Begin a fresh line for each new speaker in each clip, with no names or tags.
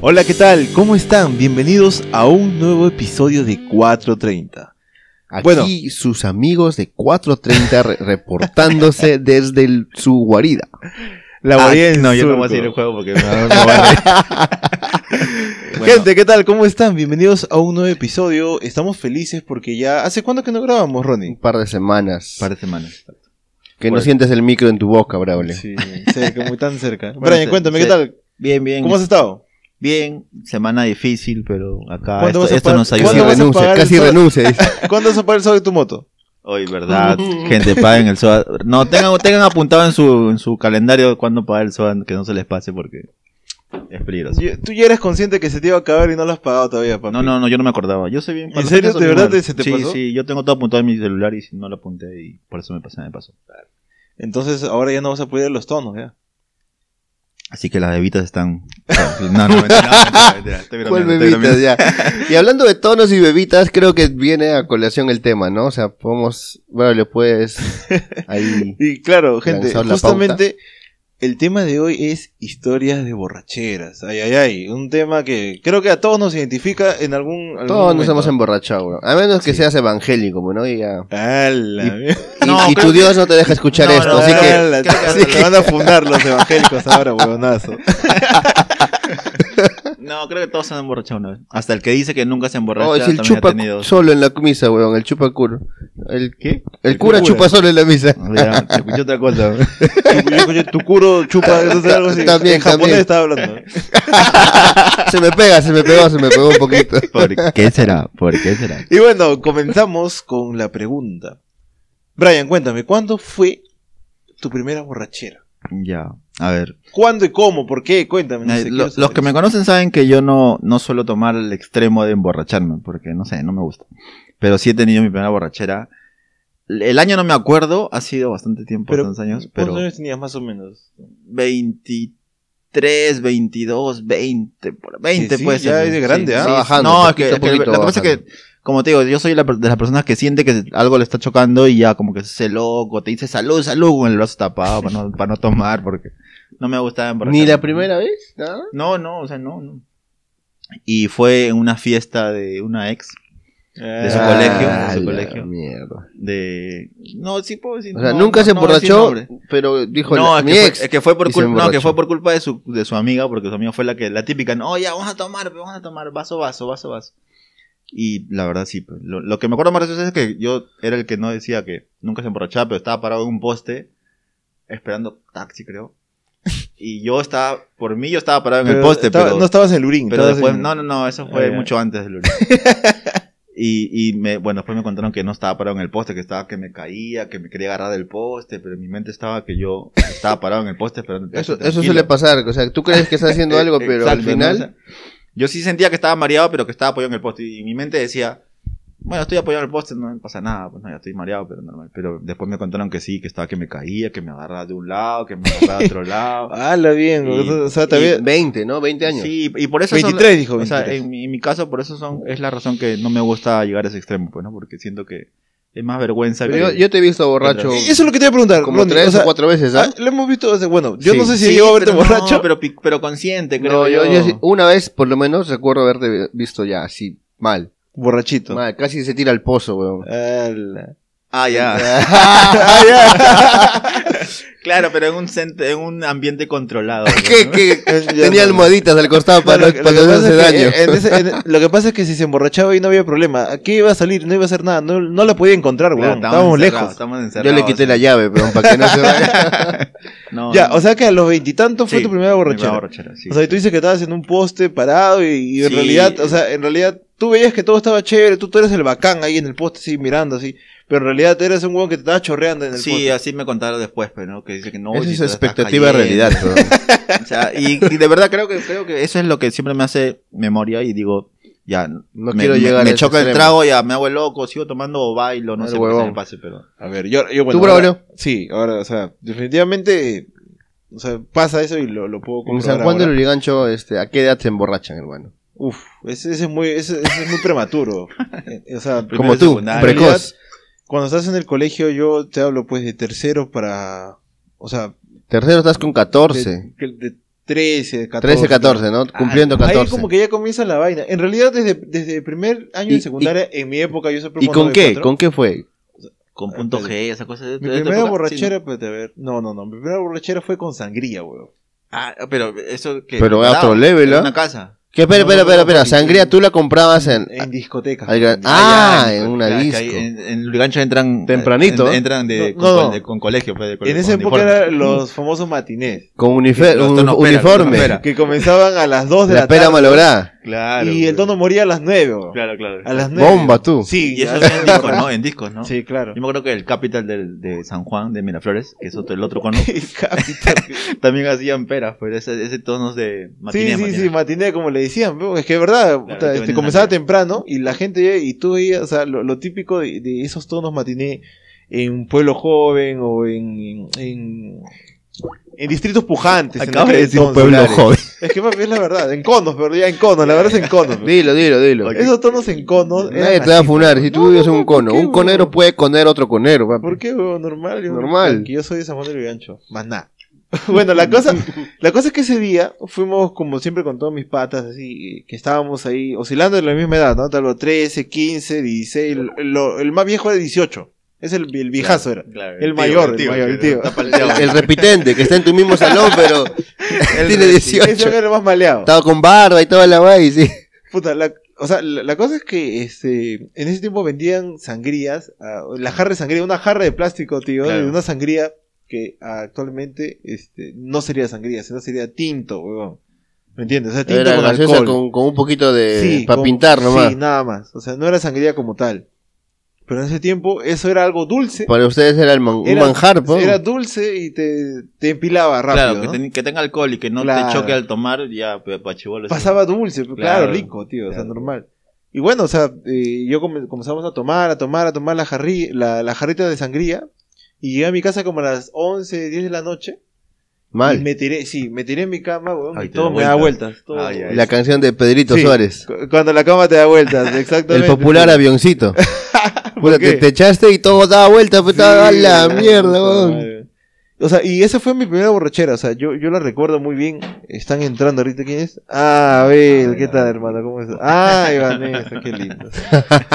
Hola, ¿qué tal? ¿Cómo están? Bienvenidos a un nuevo episodio de 430.
Aquí
Bueno.
sus amigos de 430 re- reportándose desde el- su guarida.
La
Ah,
guarida del
No, yo no voy
surco.
a seguir el juego porque me va- no vale. Bueno.
Gente, ¿qué tal? ¿Cómo están? Bienvenidos a un nuevo episodio. Estamos felices porque ya... ¿Hace cuánto que no grabamos,
Un
Ronnie?
par de semanas.
Par de semanas.
que no
Bueno.
sientes el micro en tu boca, Braulio.
Sí, sé, que muy tan cerca.
Bueno,
Brian,
se-
cuéntame,
se-
¿qué tal?
Bien, bien.
¿Cómo has estado?
Bien, semana difícil, pero acá
¿Cuándo
esto,
vas a
esto
pagar-
nos
Casi
¿Cuándo vas
ayuda.
a pagar
renuncia,
el
casi
sol?
renuncia. dice.
¿Cuándo se paga el sobre tu moto?
Hoy, verdad, gente, paguen el SOA. No, tengan, tengan apuntado en su, en su calendario cuándo pagar el SOA, que no se les pase porque es peligroso.
Yo- Tú ya eres consciente que se te iba a acabar y no lo has pagado todavía, papá.
No, no, no, yo no me acordaba. Yo soy bien.
¿En serio?
soy
¿De
bien
verdad
malo.
se te
sí,
pasó?
Sí, yo tengo todo apuntado en mi celular y si no lo apunté y por eso me pasé, me pasó.
Entonces ahora ya no vas a poder ir a los tonos, ¿ya?
Así que las bebitas están. No, no, mentira, no, mentira, mentira. Estoy
¿Cuál
bromeando, estoy
bebitas
bromeando.
ya? Y hablando de tonos y bebitas, creo que viene a colación el tema, ¿no? O sea, podemos, Braulio, puedes ahí
Y claro, gente,
Lanzar la
justamente el tema de hoy es historias de borracheras. Ay, ay, ay. Un tema que creo que a todos nos identifica en algún. algún
Todos nos
momento.
hemos em- emborrachado, bro. A menos que
Sí.
seas evangélico, bueno, y ya.
¡Ala!
Y-
mierda.
Y,
No,
y
creo
tu
que-
Dios no te deja escuchar
No,
esto,
no,
así
no,
que.
no.
¡Ala!
así
Te van a fundar los evangélicos ahora, huevonazo.
No, creo que todos se han emborrachado una vez. Hasta el que dice que nunca se emborracha
Oh, es el
también
chupa
ha tenido.
solo en la misa, weón, el chupa cura. El,
¿Qué?
el cura chupa solo en la misa.
Ya, te escuché otra cosa.
Yo escuché, tu curo chupa, no sé, algo así.
También,
en japonés estaba
también.
hablando.
Se me pega, se me pegó, se me pegó un poquito.
¿Por qué será? ¿Por qué será?
Y bueno, comenzamos con la pregunta. Brian, cuéntame, ¿cuándo fue tu primera borrachera?
Ya, a ver.
¿Cuándo y cómo? ¿Por qué? Cuéntame. no sé,
Eh,
quiero
lo- los
saber
que me
eso.
conocen saben que yo no, no suelo tomar el extremo de emborracharme, porque no sé, no me gusta. Pero sí he tenido mi primera borrachera. El año no me acuerdo, ha sido bastante tiempo,
Pero,
tantos años, pero...
¿Cuántos años tenías más o menos?
23, 22, 20, por- 20
Sí, sí,
puede ser.
ya es de grande, ¿ah?
Va bajando,
No,
poquito
es que,
a
es que
poquito
la
va
cosa es que, como te digo, yo soy la per- de las personas que siente que algo le está chocando y ya como que se loco, te dice salud, salud con el brazo tapado para no, para no tomar porque no me gustaba emborracharme.
¿Ni la primera vez? ¿Nada?
No, no, o sea, no, no. Y fue en una fiesta de una ex De su
Ah,
colegio, de su
la
colegio.
Mierda.
de no, sí puedo decir.
O sea,
no,
nunca
no,
se
no voy a decir
emborrachó,
nombre.
pero dijo
No,
la-
es
mi
que,
ex.
Fue, es que fue por
y se
culpa, no, que
emborrachó.
fue por culpa de su, de su amiga, porque su amiga fue la que, la típica, no, ya vamos a tomar, vamos a tomar, vaso, vaso, vaso, vaso. Y la verdad sí, pues, lo, lo que me acuerdo más gracioso es que yo era el que no decía que nunca se emborrachaba, pero estaba parado en un poste, esperando taxi, creo. Y yo estaba, por mí yo estaba parado en el
pero
poste,
estaba-
pero...
No estabas en el Urín.
Pero
estabas
después,
en-
no, no, no, eso fue
Ah, ya.
mucho antes del lunes. y y me, bueno, después me contaron que no estaba parado en el poste, que estaba que me caía, que me quería agarrar del poste, pero en mi mente estaba que yo estaba parado en el poste esperando. el taxi
Eso, eso
tranquilo.
suele pasar, o sea, tú crees que estás haciendo algo, pero
Exacto,
al
¿no?
final...
O sea, yo sí sentía que estaba mareado, pero que estaba apoyado en el poste. Y mi mente decía, bueno, estoy apoyado en el poste, no me pasa nada, pues no, ya estoy mareado, pero normal. Pero después me contaron que sí, que estaba que me caía, que me agarraba de un lado, que me agarraba de otro lado.
Hala, bien.
Y-
o sea,
y
todavía-
20, ¿no? 20 años.
Sí, y por eso son-
23, dijo.
O sea,
23.
en, mi- en mi caso, por eso son, es la razón que no me gusta llegar a ese extremo, pues, ¿no? Porque siento que es más vergüenza
Pero
que...
yo, yo te he visto borracho
Y Eso es lo que te iba a preguntar.
como
Ronnie,
tres
o sea,
o cuatro veces, ¿ah?
ah, Lo hemos visto. o sea, bueno, yo
Sí.
no sé si
Sí,
llego a verte
pero no,
borracho.
pero, pi- pero consciente, creo
No, yo,
yo.
yo sí- una vez por lo menos recuerdo haberte visto ya así, mal.
Borrachito.
Mal, casi se tira al pozo, weón.
Ala.
Ah, ya. Ah,
Ah, ya.
claro, pero en un, cent- en un ambiente controlado. pues,
¿Qué,
¿no?
qué?
Ya
Tenía
no.
almohaditas al costado
No,
para
lo
no
que-
para
lo
no
que pasa
hacerse
es que
daño.
en ese- en- Lo que pasa es que si se emborrachaba y no había problema. ¿A qué iba a salir? No iba a hacer nada. No, no la podía encontrar,
Claro,
weón. Estábamos
encerrados,
lejos.
Estamos
Yo
encerrados.
le quité la llave, weón, para que no se vaya.
No,
Ya,
no.
o sea que a los veintitantos fue
Sí,
tu primera
mi
borrachera.
borrachera, sí.
O sea, y tú dices que estabas en un poste parado y, y en
Sí.
realidad, o sea, en realidad tú veías que todo estaba chévere, tú, tú eres el bacán ahí en el poste, así mirando, así. Pero en realidad eres un huevón que te estaba chorreando en el
Sí,
poste.
así me contaron después, pero ¿no? que dice que no.
Esa
si
es
te estás
expectativa de
cayendo.
realidad, weón.
O sea, y, y de verdad creo que creo que eso es lo que siempre me hace memoria y digo, ya,
No
me,
quiero
me-
llegar
me
a ese
choca el
extremo.
trago, ya me hago el loco, sigo tomando o bailo, no
El
sé qué se
huevón.
me pase, pero
A ver, yo, yo bueno.
¿Tú,
ahora-
Braulio?
Sí, ahora, o sea, definitivamente, eh, o sea, pasa eso y lo, lo puedo
En
comprobar
San Juan
ahora.
del Urigancho, este, ¿a qué edad se emborrachan, hermano?
Uf, ese, ese es muy, ese, ese es muy prematuro. Eh, o sea,
Primero
Como
y
tú,
secundario.
precoz.
cuando estás en el colegio, yo te hablo pues de tercero para, o sea,
Tercero estás con 14.
De, que- de 13, 14.
13, 14, ¿no? Cumpliendo
Ah, Ahí
14.
como que ya comienza la vaina. En realidad, desde, desde el primer año
Y-
de secundaria, en mi época, yo siempre
¿Y con qué?
94,
¿Con qué fue?
Con punto G, esa cosa. de-
Mi
de- de-
primera
de-
borrachera,
sí,
pues, a ver. No, no, no. Mi primera borrachera fue con sangría, weón.
¿no? Ah, pero eso que.
Pero a
daba,
otro level,
en
¿ah?
una casa.
¿Qué? Espera,
No,
espera,
no,
espera,
no,
espera.
sí,
Sangría
sí.
tú la comprabas en...
En discotecas.
al gran-
Ah,
Ah,
ya,
en una
ya, que
disco.
ahí En, en Lurigancho entran.
Tempranito,
en-
¿eh?
entran de,
No,
con,
no.
con- de- con colegio. pues, de- con-
en esa
con
época
uniforme.
eran los famosos matinés.
Con unife-
Los
un-
tonos pera, los
uniforme.
tonos pera.
Que comenzaban a las 2 de la,
la pera
tarde.
malograda.
Claro.
Y el
pues.
tono moría a las 9, weón.
Claro, claro.
A las 9.
Bomba, tú.
Sí,
Y eso
ya-
es en discos, ¿no? En discos, ¿no?
Sí, claro.
Yo me acuerdo que el Capital del- de, San Juan, de Miraflores, que es otro, el otro cono,
Capital.
también hacían peras, pero ese, ese tonos de matiné,
sí, sí,
matiné.
sí, matiné, como le decían. pero Es que es verdad, puta,
te
este,
venden
comenzaba
matiné.
temprano y la gente, ya- y tú veías, o sea, lo, lo típico de, de esos tonos matiné en un pueblo joven o en, en, en- en distritos pujantes. en
Acabas de
aquel
decir
entonces.
Pueblo
Claro.
joven.
Es que papi, es la verdad, en conos, pero ya en conos, la verdad es en conos.
Dilo, dilo, dilo.
Esos tonos en conos.
Nadie
eran
te va a
así,
funar.
pero-
Si
No,
tú
no,
vives en
no,
un
¿por
cono,
qué,
un
weón?
conero puede coner otro conero, papi.
¿Por qué, huevón? Normal. yo-
Normal.
Que yo soy de San Juan del Gancho. Más nada. bueno, la cosa, la cosa es que ese día fuimos, como siempre, con todos mis patas, así, que estábamos ahí oscilando de la misma edad, ¿no? Tal vez 13, 15, 16. El, lo- el más viejo era 18. Es el, el viejazo era. El mayor, el mayor, el tío.
El repitente, que está en tu mismo salón, pero tiene
Ese
18.
era el más maleado.
Estaba con barba y toda la vaina, y sí.
Puta, la, o sea, la, la cosa es que este, en ese tiempo vendían sangrías, ah, la jarra de sangría, una jarra de plástico, tío,
Claro.
de una sangría que ah, actualmente este, no sería sangría, sino sería tinto, huevón. ¿Me entiendes? O sea, tinto
Era
con
gaseosa
alcohol.
con, con un poquito de...
Sí,
para
con-
pintar nomás.
Sí, nada más. O sea, no era sangría como tal. Pero en ese tiempo eso era algo dulce.
Para ustedes era el man- un
Era-
manjar, po.
Era dulce y te, te empilaba rápido.
Claro, que,
¿no?
ten- que tenga alcohol y que no
Claro.
te choque al tomar, ya, pues, pa' chivolo, eso.
Pasaba dulce, pero claro,
Claro,
rico, tío, o sea,
claro.
normal. Y bueno, o sea, eh, yo come- comenzamos a tomar, a tomar, a tomar la, jarri- la, la jarrita de sangría. Y llegué a mi casa como a las 11, 10 de la noche. Y
Mal.
me tiré, sí, me tiré en mi cama, weón,
Ay,
y
te
todo
da
me da
vueltas.
vueltas. todo-
Ay, ay.
La canción de Pedrito
Sí,
Suárez.
cu- Cuando la cama te da vueltas,
El
exactamente.
popular avioncito. Puta,
qué?
te, te echaste y todo daba vuelta, pues,
Sí,
estaba a la
puta
mierda, weón.
madre. O sea, y esa fue mi primera borrachera, o sea, yo, yo la recuerdo muy bien. Están entrando ahorita, ¿quién es? Ah, Abel, ¿qué tal, hermano? ¿Cómo estás? Ah, Vanessa, qué lindo.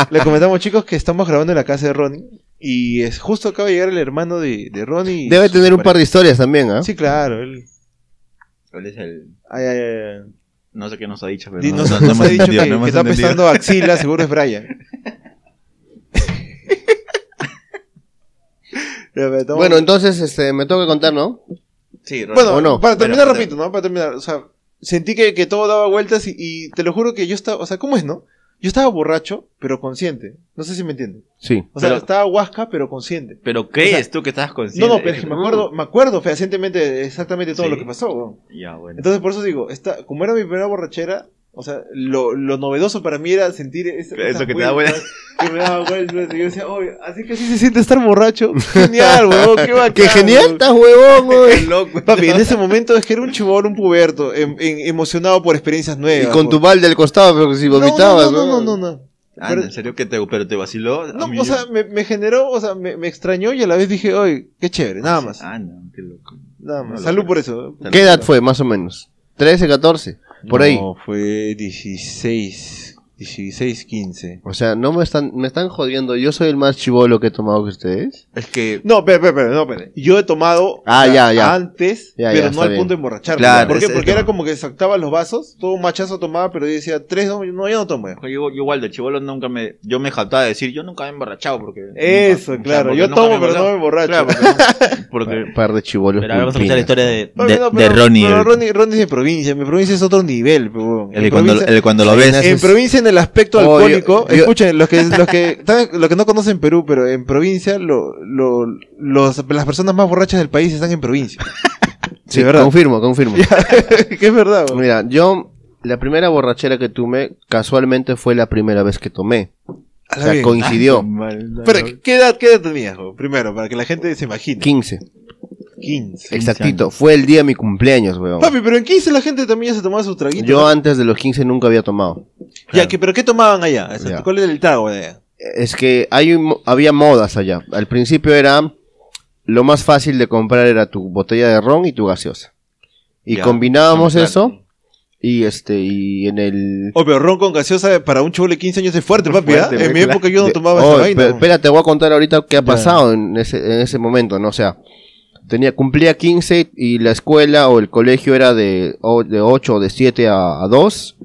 Le comentamos, chicos, que estamos grabando en la casa de Ronnie. Y es, justo acaba de llegar el hermano de, de Ronnie. y
Debe
su
tener un par
pareja.
de historias también, ¿ah?
Sí, claro, él.
Él es el-
Ay, ay, ay, ay.
No sé qué nos ha dicho, pero
Di-
no,
Nos, nos
no- no
ha
hemos
dicho que,
entendido, no
que
hemos
está
entendido.
pensando axila, seguro es Brian. Ya, pero estamos-
Bueno, entonces este, me tengo que contar, ¿no?
Sí,
Bueno,
¿O no?
para terminar
Pero-
rapidito, ¿no? Para terminar, o sea, sentí que, que todo daba vueltas y, y te lo juro que yo estaba, o sea, ¿cómo es, no? Yo estaba borracho, pero consciente. No sé si me entienden.
Sí.
O sea,
Pero-
estaba huasca, pero consciente.
Pero crees tú que estabas consciente.
No, no, pero es que me acuerdo, me acuerdo fehacientemente de exactamente todo
Sí.
lo que pasó, weón.
Uh, Ya, bueno.
Entonces, por eso digo, esta, como era mi primera borrachera, o sea, lo, lo novedoso para mí era sentir esa-
Eso
esas
que te da
Que me daba vueltas. Y yo decía, oye, así que sí se siente estar borracho. Genial, weón, qué bacán.
¡Qué genial
weón.
estás, huevón,
Qué
weón!
loco.
Papi, en ese momento es que era un chubón, un puberto, em- em- emocionado por experiencias
Y
nuevas.
con tu
por-
balde al costado, pero si
pues. No, No,
vomitabas,
no,
weón.
no, no, no.
Ah,
Pero-
¿En serio que te, pero te vaciló?
Ah,
No, o sea, me, me generó, o sea, me, me extrañó y a la vez dije, oye, qué chévere, nada más.
Ah, no, qué loco.
Nada más.
no,
Salud
no.
por eso.
Salud.
¿Qué edad fue, más o menos? ¿13, 14? Por ahí.
No, fue 16, 16, 15.
O sea, no me están, me están jodiendo. Yo soy el más chivolo que he tomado que ustedes.
Es que
No, espera, espera, espera, no, espera. Yo he tomado
Ah,
o sea,
ya, ya.
antes,
Ya,
pero
ya,
no
está
al
bien.
punto de emborracharme.
Claro,
¿Por qué?
ese-
Porque
ese-
era como que sactaba los vasos, todo un machazo tomaba, pero yo decía, tres, no, no, yo no tomo. ya.
Yo, yo igual de chivolo nunca me. Yo me jactaba de decir, yo nunca me he emborrachado porque.
Eso,
nunca- o sea,
claro.
porque
yo
nunca
tomo, pero no me
he
emborracho.
emborrachado. Claro, porque.
Un
porque-
par de chivolos.
pero ahora vamos a escuchar la
pulpinas.
historia de,
Papi,
de,
no,
de
pero-
Ronnie.
pero
el-
Ronnie, Ronnie es de provincia. Mi provincia es otro nivel. pe, huevón.
el
Mi
que cuando,
provincia-
el cuando lo ves.
en provincia, en el aspecto
Oh, yo-
alcohólico,
yo-
escuchen, los que, los que, ¿saben? los que no conocen Perú, pero en provincia, lo, lo- los, las personas más borrachas del país están en provincia.
Sí,
De verdad. pues.
confirmo, confirmo.
que es verdad, huevón.
Mira, yo, la primera borrachera que tomé, casualmente fue la primera vez que tomé.
A
O
la Ah,
sea,
bien.
coincidió.
Pero, ¿qué edad, qué edad tenías, huevón? Primero, para que la gente se imagine.
15.
Eh,
15.
Exactito. Fue el día de mi cumpleaños, weón.
Papi, pero en 15 la gente también ya se tomaba sus traguitos.
Yo antes de los 15 nunca había tomado.
Ya, que, pero ¿qué tomaban allá? Exacto,
Ya.
¿Cuál era el trago de allá?
Es que hay un- había modas allá. Al principio era lo más fácil de comprar era tu botella de ron y tu gaseosa. Y
Ya,
combinábamos
claro.
eso y este y en el
Oh, pero ron con gaseosa para un chulo de 15 años es fuerte, papi. ¿ah?
Fuerte,
En
güey,
mi
claro.
época yo no
de-
tomaba
Oh,
esa
pe-
vaina.
Espera, te voy a contar ahorita qué ha pasado en ese, en ese momento, ¿no? O sea, tenía, cumplía 15 y la escuela o el colegio era de, o- de 8 o de 7 a, a 2.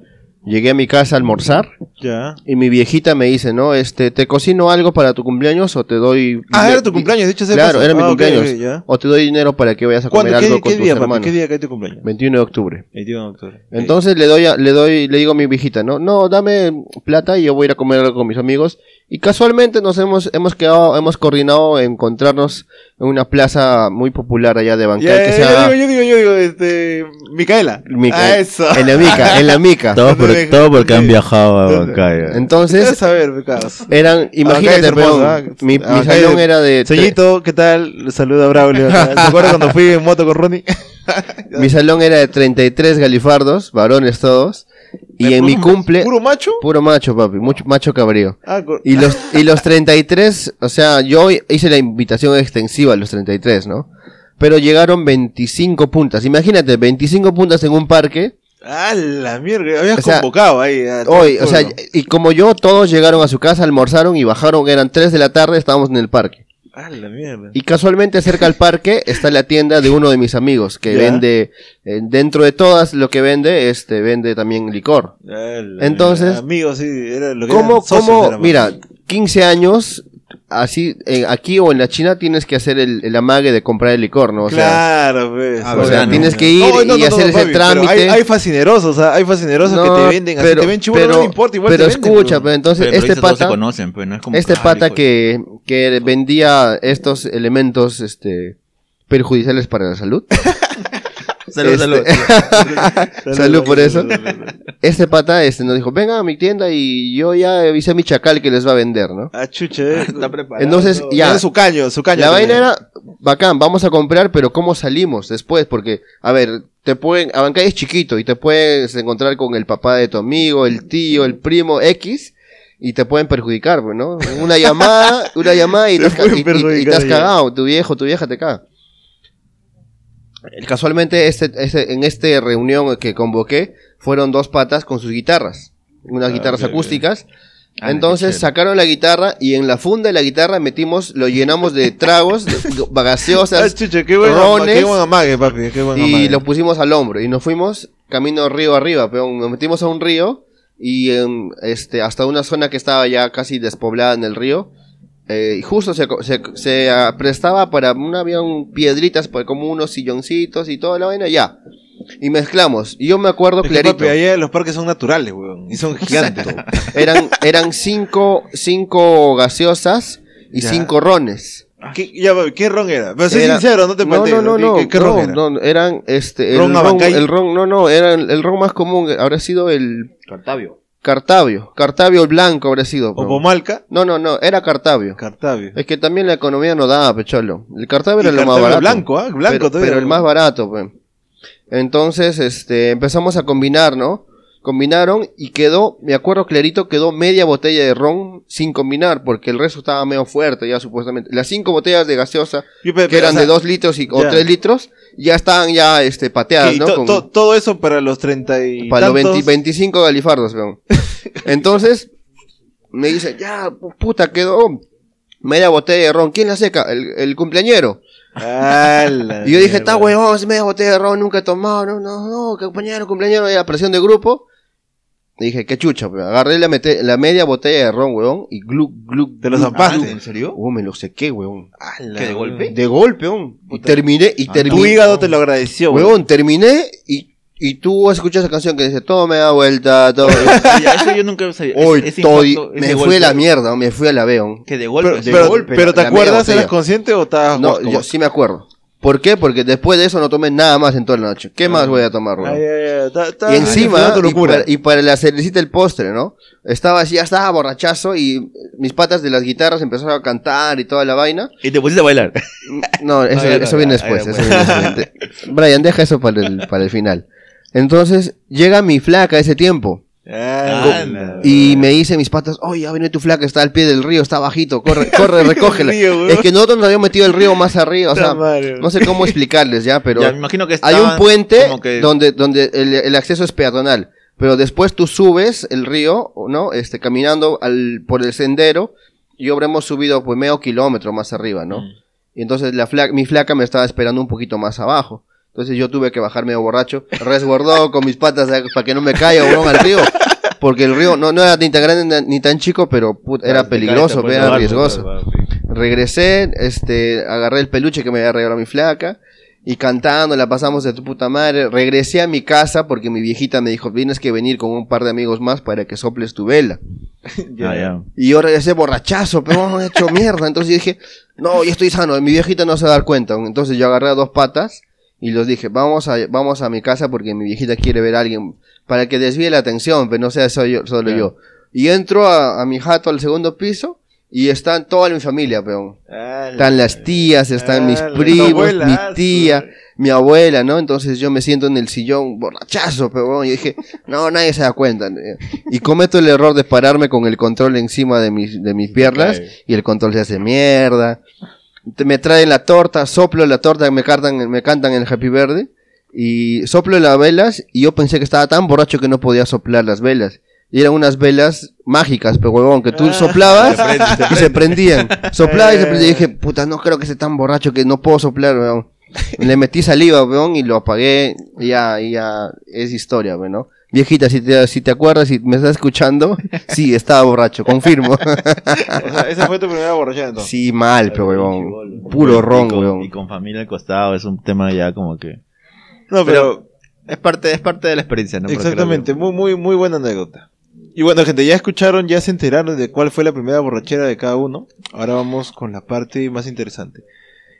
Llegué a mi casa a almorzar
Ya.
y mi viejita me dice, ¿no? Este, ¿te cocino algo para tu cumpleaños o te doy...
Ah,
di-
era tu
di-
cumpleaños, de hecho. se
Claro,
pasa.
era mi
Ah, ok,
cumpleaños.
ok, ya.
O te doy dinero para que vayas a comer
¿Cuándo?
algo
¿Qué,
con
qué
tus
día, papi?
hermanos.
¿Qué día cae tu cumpleaños?
21 de octubre.
21 de octubre.
Entonces le doy, a- le doy, le digo a mi viejita, no, no, dame plata y yo voy a ir a comer algo con mis amigos. Y casualmente nos hemos, hemos quedado, hemos coordinado encontrarnos en una plaza muy popular allá de
Ya,
Bancal,
Eh, ya,
que
yo
sea
digo, yo digo, yo digo, este. Micaela.
Mica-
Ah, eso.
en la mica, en la mica.
Todo,
No
por-
deja-
todo porque han
sí.
viajado a Huancayo.
Quieres
Entonces,
saber, pecados.
eran, imagínate,
es hermoso,
peón,
ah.
mi, mi
Acá es-
salón era de, tre-
Señito, ¿qué tal? Le saluda a Braulio. ¿Te acuerdas cuando fui en moto con Ronnie?
mi salón era de 33 galifardos, varones todos, y en mi
¿Puro-
cumple,
¿Puro macho?
puro macho papi, mucho, macho cabrío.
Ah, co-
Y los, y los 33, o sea, yo hice la invitación extensiva a los 33, ¿no? Pero llegaron 25 puntas. Imagínate, 25 puntas en un parque.
ah, la mierda. Habías
O sea,
convocado ahí. a todo
Hoy,
el
o sea,
pueblo.
y como yo, todos llegaron a su casa, almorzaron y bajaron. Eran 3 de la tarde, estábamos en el parque.
Ah, la mierda.
Y casualmente cerca al parque está la tienda de uno de mis amigos que
Ya.
vende, eh, dentro de todas lo que vende, este, vende también licor.
Ah, la
Entonces-
mierda. Amigos, sí, era lo que
¿Cómo,
eran socios
cómo,
éramos.
mira, 15 años, así, eh, aquí o en la China tienes que hacer el, el amague de comprar el licor, ¿no? O sea,
claro, pues.
Ah,
o sea,
verdad, no,
tienes
no.
que ir
No, no,
y
no,
hacer
no,
ese
papi, pero
trámite.
Hay, hay fascinerosos, o sea, hay fascinerosos
No,
que te venden, así
pero-
te ven chulo, no
pero-
le importa, igual
pero
te venden,
escucha,
pero-
pero entonces
Pero
este
ahorita todos se
pata,
conocen, pues, no es como
este
ah,
pata
hijo de-
que, que vendía estos elementos, este, perjudiciales para la salud,
Salud,
este-
salud.
Salud por eso.
salud, salud.
este pata, este, nos dijo, venga a mi tienda y yo ya avisé a mi chacal que les va a vender, ¿no?
Ah, chucha, eh.
Está preparado.
Entonces, ya.
Era su caño, su caño.
La vaina
tenía.
era bacán, vamos a comprar, pero ¿cómo salimos después? Porque, a ver, te pueden, Abancay es chiquito y te puedes encontrar con el papá de tu amigo, el tío, el primo, X, y te pueden perjudicar, pues, ¿no? Una llamada, una llamada y
Te
te, has ca-
pueden
y- y- y te
perjudicar,
has
ya.
cagado, tu viejo, tu vieja te caga. Casualmente, este, este- en esta reunión que convoqué, fueron dos patas con sus guitarras, unas
Ah,
guitarras
bien, bien.
acústicas,
Ah,
entonces
qué chévere.
sacaron la guitarra y en la funda de la guitarra metimos, lo llenamos de tragos, de- de
Ah,
gaseosas
chucha, qué buen, ama-
rones.
qué buen amague, papi, qué buen amague.
y lo pusimos al hombro y nos fuimos camino río arriba, pero nos metimos a un río y em, este hasta una zona que estaba ya casi despoblada en el río eh, y justo se, co- se, se, ah, prestaba para un avión piedritas pues, como unos silloncitos y toda la vaina ya y mezclamos y yo me acuerdo
Es que,
clarito
papi, allá los parques son naturales, weón, y son gigantes.
eran eran cinco cinco gaseosas y
Ya.
cinco rones
¿Qué, ya, papi, ¿Qué ron era? Pero sé
Era-
sincero, no te
No,
plantees.
no, no, no,
¿Qué, qué ron era?
no, no, eran este el
Ron
ron,
Abancay.
el ron, no, no, era el, el ron más común, habrá sido el
Cartavio.
Cartavio, Cartavio el blanco habrá sido.
¿O
no.
Pomalca?
No, no, no, era Cartavio.
Cartavio.
Es que también la economía no daba, pecholo. El Cartavio era
Y
lo más
Cartavio
barato.
blanco, ¿ah? Blanco
pero,
todavía.
pero el más barato, pues. Entonces, este, empezamos a combinar, ¿no? Combinaron y quedó, me acuerdo clarito, quedó media botella de ron sin combinar, porque el resto estaba medio fuerte ya supuestamente. Las cinco botellas de gaseosa
Yo, pero-
que
pero,
eran
o sea,
de 2 litros y, o
ya.
3 litros, ya estaban ya este, pateadas,
que
¿no?
to-
Con-
to- todo eso para los 30 y
para los
tantos.
20 25 galifardos, weón. Entonces, me dice, ya, pu- puta, quedó media botella de ron. ¿Quién la seca? El, el cumpleañero.
Ah, la
Y yo dije,
mierda.
está huevón, es media botella de ron, nunca he tomado, no, no, no, compañero, cumpleañero, y la presión de grupo. Y dije, qué chucha, weón. agarré la, mete- la media botella de ron, weón, y gluc, gluc.
Te lo
gluc,
zampaste.
gluc.
Ah, ¿En serio?
Oh, me lo sequé, weón.
Ah, la
¿Qué, de golpe?
mierda.
De golpe, weón. Y
Puta.
terminé, y
Tu
Ah,
terminé.
hígado te lo agradeció,
Huevón,
weón.
terminé y, y tú escuchas esa canción que dice, tome la vuelta, todo.
Ya, eso yo nunca lo sabía.
Hoy
Ese- ese
estoy,
impacto, ese
me
golpe,
fue a la mierda, me fui a la veón.
Que de golpe.
Pero,
de
pero-
golpe.
pero ¿te
la
acuerdas?
mierda,
¿Eras
tío.
consciente o estabas
No,
guasco,
yo
guasco?
sí me acuerdo. ¿Por qué? Porque después de eso no tomé nada más en toda la noche.
Ah,
¿Qué más voy a tomar, weón?
Ay, ay, ay, está- está-
Y
está
encima,
tu
y
locura.
para, y para la cerecita el postre, ¿no? Estaba así, ya estaba borrachazo y mis patas de las guitarras empezaron a cantar y toda la vaina.
Y te pusiste a bailar.
No, eso,
ya, no,
eso viene
ya,
después.
ya,
eso
bueno.
viene después. Brian, deja eso para el, para el final. Entonces, llega mi flaca ese tiempo.
Ah,
Ah, la-
Y me dice mis patas, oye, ya viene tu flaca, está al pie del río, está bajito, corre, corre, recógela.
Río, weón.
es que nosotros nos habíamos metido el río más arriba, o
Puta
sea,
madre.
no sé cómo explicarles ya, pero
Ya, me imagino que
hay un
estaban
puente
como que-
donde, donde el, el acceso es peatonal, pero después tú subes el río, ¿no? Este, caminando al, por el sendero, y habremos subido pues medio kilómetro más arriba, ¿no?
Mm.
Y entonces la flaca, mi flaca me estaba esperando un poquito más abajo. Entonces yo tuve que bajar medio borracho, resguardado con mis patas eh, para que no me caiga weón, al río. Porque el río no, no era ni tan grande ni tan chico, pero put- era peligroso,
Te caes, te
era
puedes
riesgoso.
ahogar, pues, papi.
Regresé, este, agarré el peluche que me había regalado mi flaca. Y cantando, la pasamos de tu puta madre. Regresé a mi casa porque mi viejita me dijo, tienes que venir con un par de amigos más para que soples tu vela.
Ah, ya.
Y yo regresé borrachazo, pero no he hecho mierda. Entonces yo dije, no, yo estoy sano, mi viejita no se va a dar cuenta. Entonces yo agarré a dos patas y los dije, vamos a, vamos a mi casa porque mi viejita quiere ver a alguien para que desvíe la atención, pero no sea soy yo- solo
Claro.
yo. Y entro a, a mi jato al segundo piso y está toda mi familia, peón.
Ah, la-
Están las tías, están mis
Ah, la- tu
primos,
abuela, ah,
mi
su-
tía, mi abuela, ¿no? Entonces yo me siento en el sillón borrachazo, pero y dije, no, nadie se da cuenta. Y cometo el error de pararme con el control encima de mis, de mis piernas
cae.
y el control se hace mierda. Te- Me traen la torta, soplo la torta, me cantan, me cantan el Happy Verde y soplo las velas y yo pensé que estaba tan borracho que no podía soplar las velas. Y eran unas velas mágicas, pero huevón, que tú
Ah.
soplabas
Se prende, se
y se prendían. Soplaba y se prendía.
Eh.
Y dije, puta, no creo que sea tan borracho que no puedo soplar, weón. Le metí saliva, weón, y lo apagué. Y ya, y ya es historia, weón, ¿no? Viejita, si te, si te acuerdas, si me estás escuchando, sí, estaba borracho, confirmo.
O sea, esa fue tu primera borrachera entonces.
sí, mal, pero weón. Puro ron,
y con,
weón.
Y con familia al costado, es un tema ya como que.
No, pero
Es parte, es parte de la experiencia, ¿no? Porque
Exactamente,
creo
muy, muy, muy buena anécdota. Y bueno, gente, ya escucharon, ya se enteraron de cuál fue la primera borrachera de cada uno. Ahora vamos con la parte más interesante.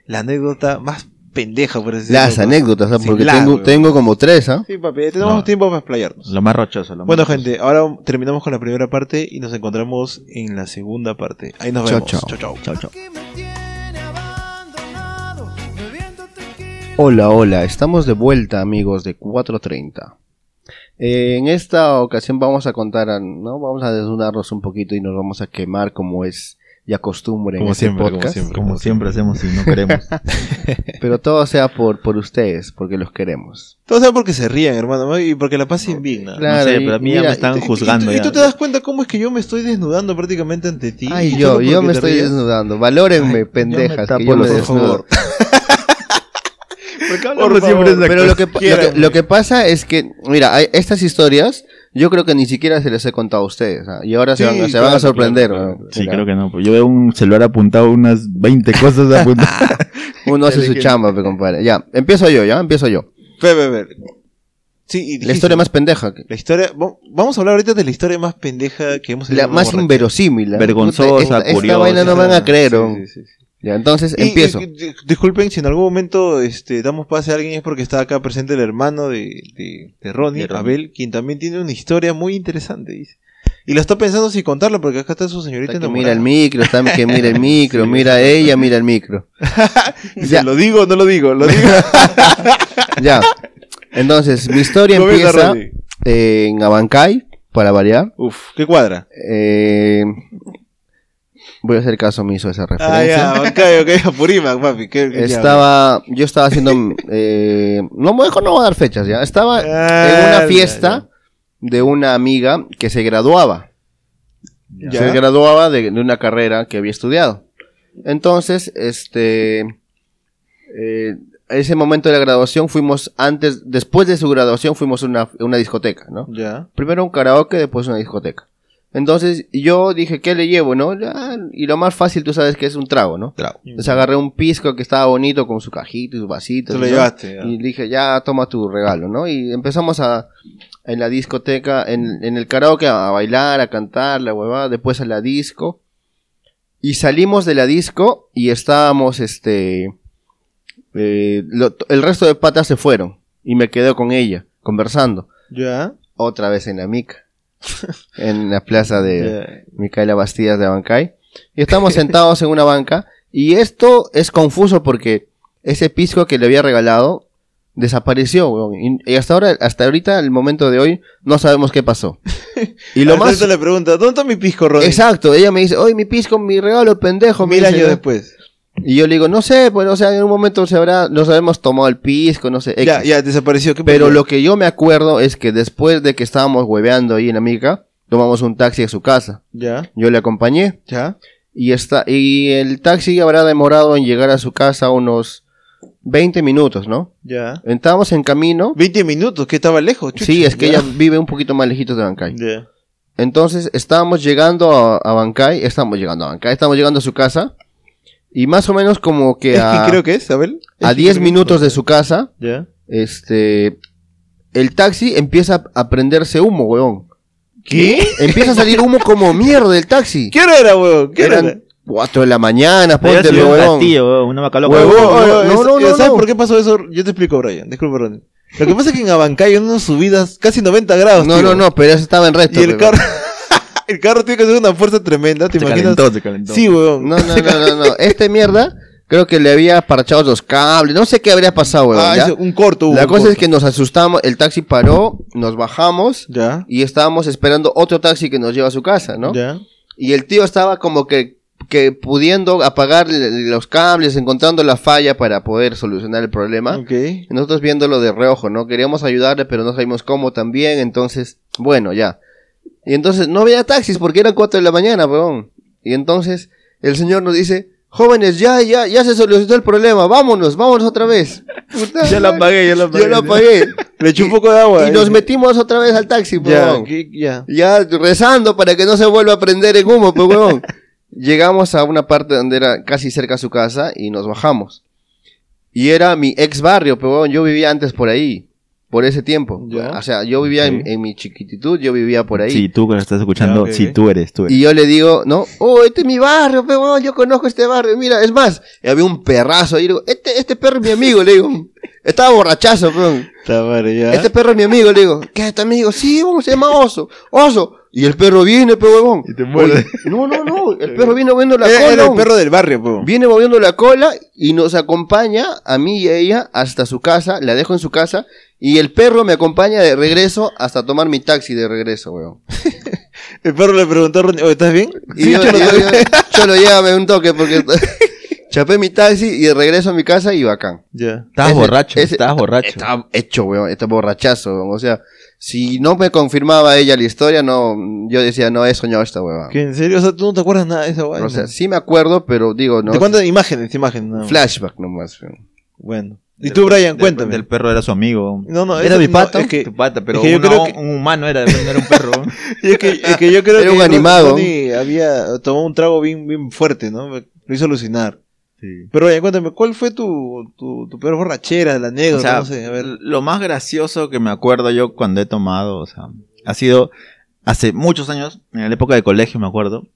La anécdota más pendeja, por así
Las
decirlo.
anécdotas, ¿ah?
Sí,
porque
la,
tengo,
weón.
tengo como tres, ¿ah?
Sí, papi, ya tenemos
No.
tiempo para
que-
explayarnos.
Lo más rochoso, lo más
Bueno,
rochoso.
gente, ahora terminamos con la primera parte y nos encontramos en la segunda parte. Ahí nos
Chao,
vemos.
chao.
chao. chao.
Chao, chao.
Aquí me tiene abandonado, bebiendo tequila.
Hola, hola, estamos de vuelta amigos de 4.30. Eh, en esta ocasión vamos a contar, a- ¿no? Vamos a desnudarnos un poquito y nos vamos a quemar como es ya costumbre en
Como
este
siempre, como
podcast.
siempre.
Como siempre hacemos y no queremos.
Pero todo sea por, por ustedes, porque los queremos.
Todo sea porque se rían, hermano, ¿no? y porque la pasen bien. ¿no?
Claro,
no sé,
y-
pero a mí
mira,
ya me
y
Y-
están
y-
juzgando.
Y, tú
ya.
te das cuenta cómo es que yo me estoy desnudando prácticamente ante ti.
Ay,
solo
yo,
porque
yo me
te
estoy
rías.
desnudando. Valórenme,
Ay, yo me
pendejas,
tapo
que yo me
los ojos.
desnudo.
¿Por
Por
qué hablamos siempre
favor.
de
Pero lo que, lo,
Quieran,
que,
güey.
lo que pasa es que, mira, hay- estas historias yo creo que ni siquiera se les he contado a ustedes. ¿ah? Y ahora se,
Sí,
van, se
claro,
van a
claro,
sorprender.
claro,
¿no?
Sí,
Mira,
creo que no. pues Yo veo un celular apuntado, unas 20 cosas apuntadas.
Uno hace su
Elegí.
chamba, pe compadre. Ya, empiezo yo, ya, empiezo yo.
Ve, ve, ve. Sí, y dijiste,
La historia más pendeja.
La historia. va- Vamos a hablar ahorita de la historia más pendeja que hemos tenido
La
en una
más
borrachera.
inverosímil. ¿ah?
Vergonzosa,
Puta, esta,
curiosa.
Esta vaina no me van a creer. ¿o?
Sí, sí, sí, sí.
Ya, entonces,
Y-
empiezo.
y- di- disculpen si en algún momento este, damos pase a alguien, es porque está acá presente el hermano de, de, de Ronnie,
De Ronnie.
Abel, quien también tiene una historia muy interesante. dice. Y lo está pensando si contarlo, porque acá está su señorita
Está que
enamorada.
mira el micro, está que mira el micro,
Sí,
mira ella, mira el micro.
Dice,
Ya.
¿Lo digo o no lo digo? Lo digo.
Ya. Entonces, mi historia
Comienza,
empieza
Ronnie.
eh, en Abancay, para variar.
Uf, ¿qué cuadra?
Eh, voy a hacer caso omiso a esa
Ah,
referencia.
ya, ok, ok, Apurímac, papi. ¿qué- qué
Estaba, yo estaba haciendo, eh, no me dejo, no voy a dar fechas ya. Estaba en
Ah,
una
ya,
fiesta de una amiga que se graduaba.
Ya.
Se graduaba de, de una carrera que había estudiado. Entonces, este, eh, ese momento de la graduación fuimos antes, después de su graduación fuimos a una, una discoteca, ¿no?
Ya.
Primero un karaoke, después una discoteca. Entonces yo dije, ¿qué le llevo, no? Ya, y lo más fácil tú sabes que es un trago, ¿no?
Trago.
Entonces agarré un pisco que estaba bonito con su cajita y su vasito.
Tú
¿no?
lo llevaste. ya.
Y dije, ya, toma tu regalo, ¿no? Y empezamos a, en la discoteca, en, en el karaoke, a bailar, a cantar, la huevada, después a la disco. Y salimos de la disco y estábamos, este, eh, lo- el resto de patas se fueron. Y me quedé con ella, conversando
Ya.
otra vez en la mica. en la plaza de
ya.
Micaela Bastidas de Abancay. Y estamos sentados en una banca. Y esto es confuso porque ese pisco que le había regalado Desapareció, weón. Y, y hasta ahora, hasta ahorita, el momento de hoy, no sabemos qué pasó. Y
Y
lo
lo
más...
le pregunta, ¿dónde está mi pisco, Rodri?
Exacto, ella me dice, oye, mi pisco, mi regalo, pendejo. me
Mil
dice,
años
¿no?
después.
Y yo le digo, no sé, pues, o sea, en un momento se habrá, nos habremos tomado el pisco, no sé. X.
Ya, ya, desapareció. ¿qué
Pero
pasó?
lo que yo me acuerdo es que después de que estábamos hueveando ahí en Amica, tomamos un taxi a su casa.
Ya,
Yo le acompañé
ya.
y, está, y el taxi habrá demorado en llegar a su casa unos 20 minutos, ¿no?
Ya.
Estábamos en camino.
20 minutos, que estaba lejos, chucha.
Sí, es que
Ya.
ella vive un poquito más lejitos de Bancay.
Ya.
Entonces estábamos llegando a, a Bancay, estamos llegando a Bancay, estamos llegando a su casa y más o menos como que
Es
a,
que creo que es, Abel.
a 10 minutos de su casa,
Ya.
este, el taxi empieza a prenderse humo, weón.
¿Qué?
Empieza a salir humo como mierda del taxi.
¿Qué hora era, huevón? ¿Qué hora era?
Eran 4 de la mañana,
Pero
ponte,
yo soy un
weón.
castillo, weón, una maca loca.
Huevón,
Huevón.
Huevón,
no,
huevón,
no,
eso-
no,
¿Sabes
no.
por qué pasó eso? Yo te explico, Brian. Disculpa, Ronnie. Lo que pasa es que en Abancay hay unas subidas casi 90 grados.
No,
tío.
no, no, pero eso estaba en recto.
Y el
weón.
carro. el carro tiene que hacer una fuerza tremenda, ¿te
Se
imaginas?
calentó, se calentó.
Sí, huevón.
No, no, no, no, no. Este mierda creo que le había parchado los cables, no sé qué habría pasado, weón.
Ah,
¿ya?
eso, un corto, hubo
La
un
cosa es
corto.
que nos asustamos, el taxi paró, nos bajamos
Ya.
y estábamos esperando otro taxi que nos lleva a su casa, ¿no?
Ya.
Y el tío estaba como que, que pudiendo apagar l- los cables, encontrando la falla para poder solucionar el problema.
Ok.
Y Nosotros viéndolo de reojo, ¿no? Queríamos ayudarle, pero no sabíamos cómo también, entonces, bueno, ya. Y entonces no había taxis porque eran 4 de la mañana, weón. Y entonces el señor nos dice, jóvenes, ya, ya, ya se solucionó el problema, vámonos, vámonos otra vez. Puta
Ya la
madre.
pagué, ya la pagué.
Yo lo apagué.
Le echó un poco de agua.
Y
eh.
nos metimos otra vez al taxi, pues,
Ya,
huevón.
que- ya.
Ya rezando para que no se vuelva a prender en humo, pues, huevón. Llegamos a una parte donde era casi cerca a su casa y nos bajamos. Y era mi ex barrio, pues, huevón. Yo vivía antes por ahí, por ese tiempo.
Ya.
O sea, yo vivía en,
Ok.
en mi chiquititud, yo vivía por ahí.
Sí, tú que lo estás escuchando,
Ya, ok,
sí,
ok.
tú eres, tú eres.
Y yo le digo, no, oh, este es mi barrio, pues, huevón, yo conozco este barrio, mira, es más, y había un perrazo ahí, le digo, este, este perro es mi amigo, le digo, estaba borrachazo, pues,
Está madre, ya.
Este perro es mi amigo, le digo, ¿qué es tu amigo? Sí, vamos, se llama Oso, Oso. Y el perro viene, pe huevón.
Y te muerde.
Oye, No, no, no, el perro viene moviendo la
Era-
cola.
era Eh, el
un-
perro del barrio, po.
Viene moviendo la cola y nos acompaña a mí y a ella hasta su casa, la dejo en su casa. Y el perro me acompaña de regreso hasta tomar mi taxi de regreso, weón.
El perro le preguntó a Ronnie, "Oye, ¿estás bien?
Y yo, yo, yo, yo lo llévame un toque porque chapé mi taxi y de regreso a mi casa y bacán.
Ya.
Estabas
Ese-
borracho,
ese-
estabas borracho.
Está hecho, weón. Está borrachazo, weón. O sea, si no me confirmaba ella la historia, no, yo decía, no he soñado esta huevada.
¿Que en serio? O sea, tú no te acuerdas nada de esa vaina.
O sea, sí me acuerdo, pero digo, no.
¿De cuántas imágenes? Imágenes, nada más.
Flashback nomás, weón.
Bueno. ¿Y tú, Brian?
Del-
cuéntame.
Del perro era su amigo.
No, no,
era
eso-
mi
no,
pata.
es que-
tu pata, pero
es que yo
una-
creo que-
un humano era, no era un perro.
Y es que, es que yo creo
Era
que
un
Ron-
animado.
Ronnie había tomado un trago bien, bien fuerte, ¿no? Lo hizo alucinar. Pero oye, cuéntame, ¿cuál fue tu, tu, tu peor borrachera, la
O
anécdota?
sea,
no sé, a ver.
lo más gracioso que me acuerdo yo cuando he tomado, o sea, ha sido hace muchos años, en la época de colegio, me acuerdo.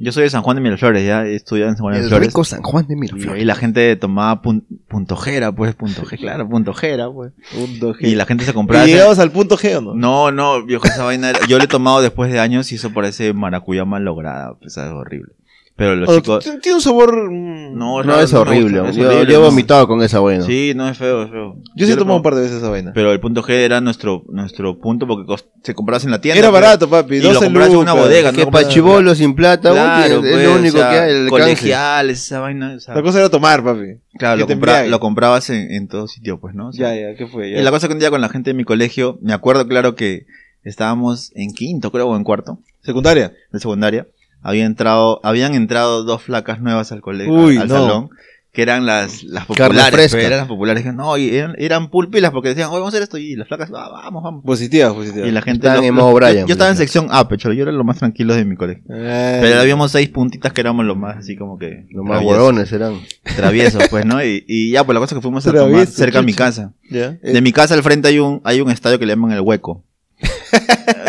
Yo soy de San Juan de Miraflores, ya he estudiado en San Juan de
El
Miraflores.
rico San Juan de
Y
Miraflores.
ahí la gente tomaba pun- puntojera, pues, puntojera, claro, puntojera, pues.
Punto G.
Y la gente se compraba.
Y llegabas al punto G, ¿o no?
No, no, viejo, esa vaina era- Yo le he tomado después de años y eso parece maracuyá mal lograda, pues, es horrible. Pero los
O,
chicos.
t- Tiene un sabor... mm,
No,
No, es
me
horrible.
gusta, es
yo,
horrible,
yo he
no.
vomitado con esa, weón.
Sí, no, es feo, es feo.
Yo sí he
lo
tomado un
probo-
par de veces esa vaina.
Pero el punto G era nuestro, nuestro punto porque cost- se comprabas en la tienda.
Era
pues.
barato, papi.
Y lo
12
compras en una
lucas.
bodega,
Que
no
para chivolo sin plata, weón,
Claro,
es- es
pues,
lo único
o sea,
que hay. El canje.
colegiales, esa vaina. o sea,
La cosa era tomar, papi.
claro,
que
lo,
te
compra-
embriague.
lo comprabas en, en todo sitio, pues, ¿no? O sea,
Ya, ya, ¿qué fue? Ya.
Y la cosa que un día con la gente de mi colegio, me acuerdo claro que estábamos en quinto, creo, o en cuarto,
Secundaria.
de secundaria. Había entrado, habían entrado dos flacas nuevas al colegio,
Uy,
al
no.
salón, que eran las, las
Carne
populares,
fresca.
pero eran las populares, que no, y eran, eran pulpilas porque decían, hoy vamos a hacer esto, y las flacas, "Ah, vamos, vamos.
Positiva, positiva.
Y la gente.
Estaban
los-
en
los-
modo
yo-
Brian,
yo, estaba en
pues,
sección A, pero yo era lo más tranquilo de mi colegio.
Eh,
Pero habíamos seis puntitas que éramos los más así como que.
Los más
traviesos-
huevones eran.
Traviesos, pues, ¿no? Y, y ya, pues la cosa es que fuimos a tomar
Traviesos,
cerca de mi
chucha. Eh.
casa.
ya.
De mi casa al frente hay un, hay un estadio que le llaman el hueco.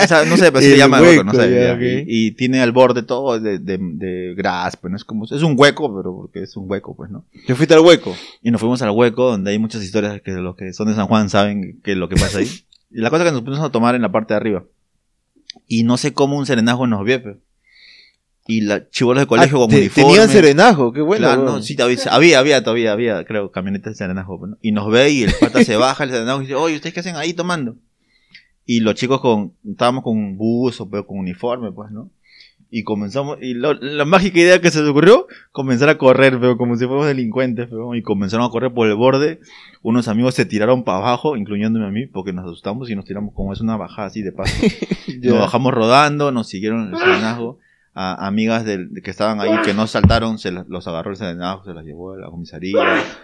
o sea, no sé, pero se
El
llama el hueco, no
Hueco,
sé.
ya,
ya.
ok.
y, y tiene al borde todo de, de, de gras, pues no es como. Es un hueco, pero porque es un hueco, pues, ¿no?
Yo fuiste al hueco.
Y nos fuimos al hueco, donde hay muchas historias que los que son de San Juan saben que lo que pasa ahí. y la cosa que nos pusimos a tomar en la parte de arriba. Y no sé cómo un serenazgo nos vio, pe. Y la chivolos de colegio
Ah,
con
te-
uniforme.
Tenían serenajo, qué bueno.
Claro,
weón.
no, sí, todavía- había, había, todavía, había, creo, camionetas de serenajo. pues, ¿no? Y nos ve y el pata se baja, el serenajo, y dice, oye, ¿ustedes qué hacen ahí tomando? Y los chicos con, estábamos con un buzo, pero con uniforme, pues, ¿no? Y comenzamos, y lo- la mágica idea que se les ocurrió, comenzar a correr, pero como si fuéramos delincuentes, pero, y comenzaron a correr por el borde. Unos amigos se tiraron para abajo, incluyéndome a mí, porque nos asustamos y nos tiramos como es una bajada así de paso.
Ya.
Nos bajamos rodando, nos siguieron el serenazgo. A amigas del, que estaban ahí, que no saltaron, se las- los agarró el serenazgo, se las llevó a la comisaría.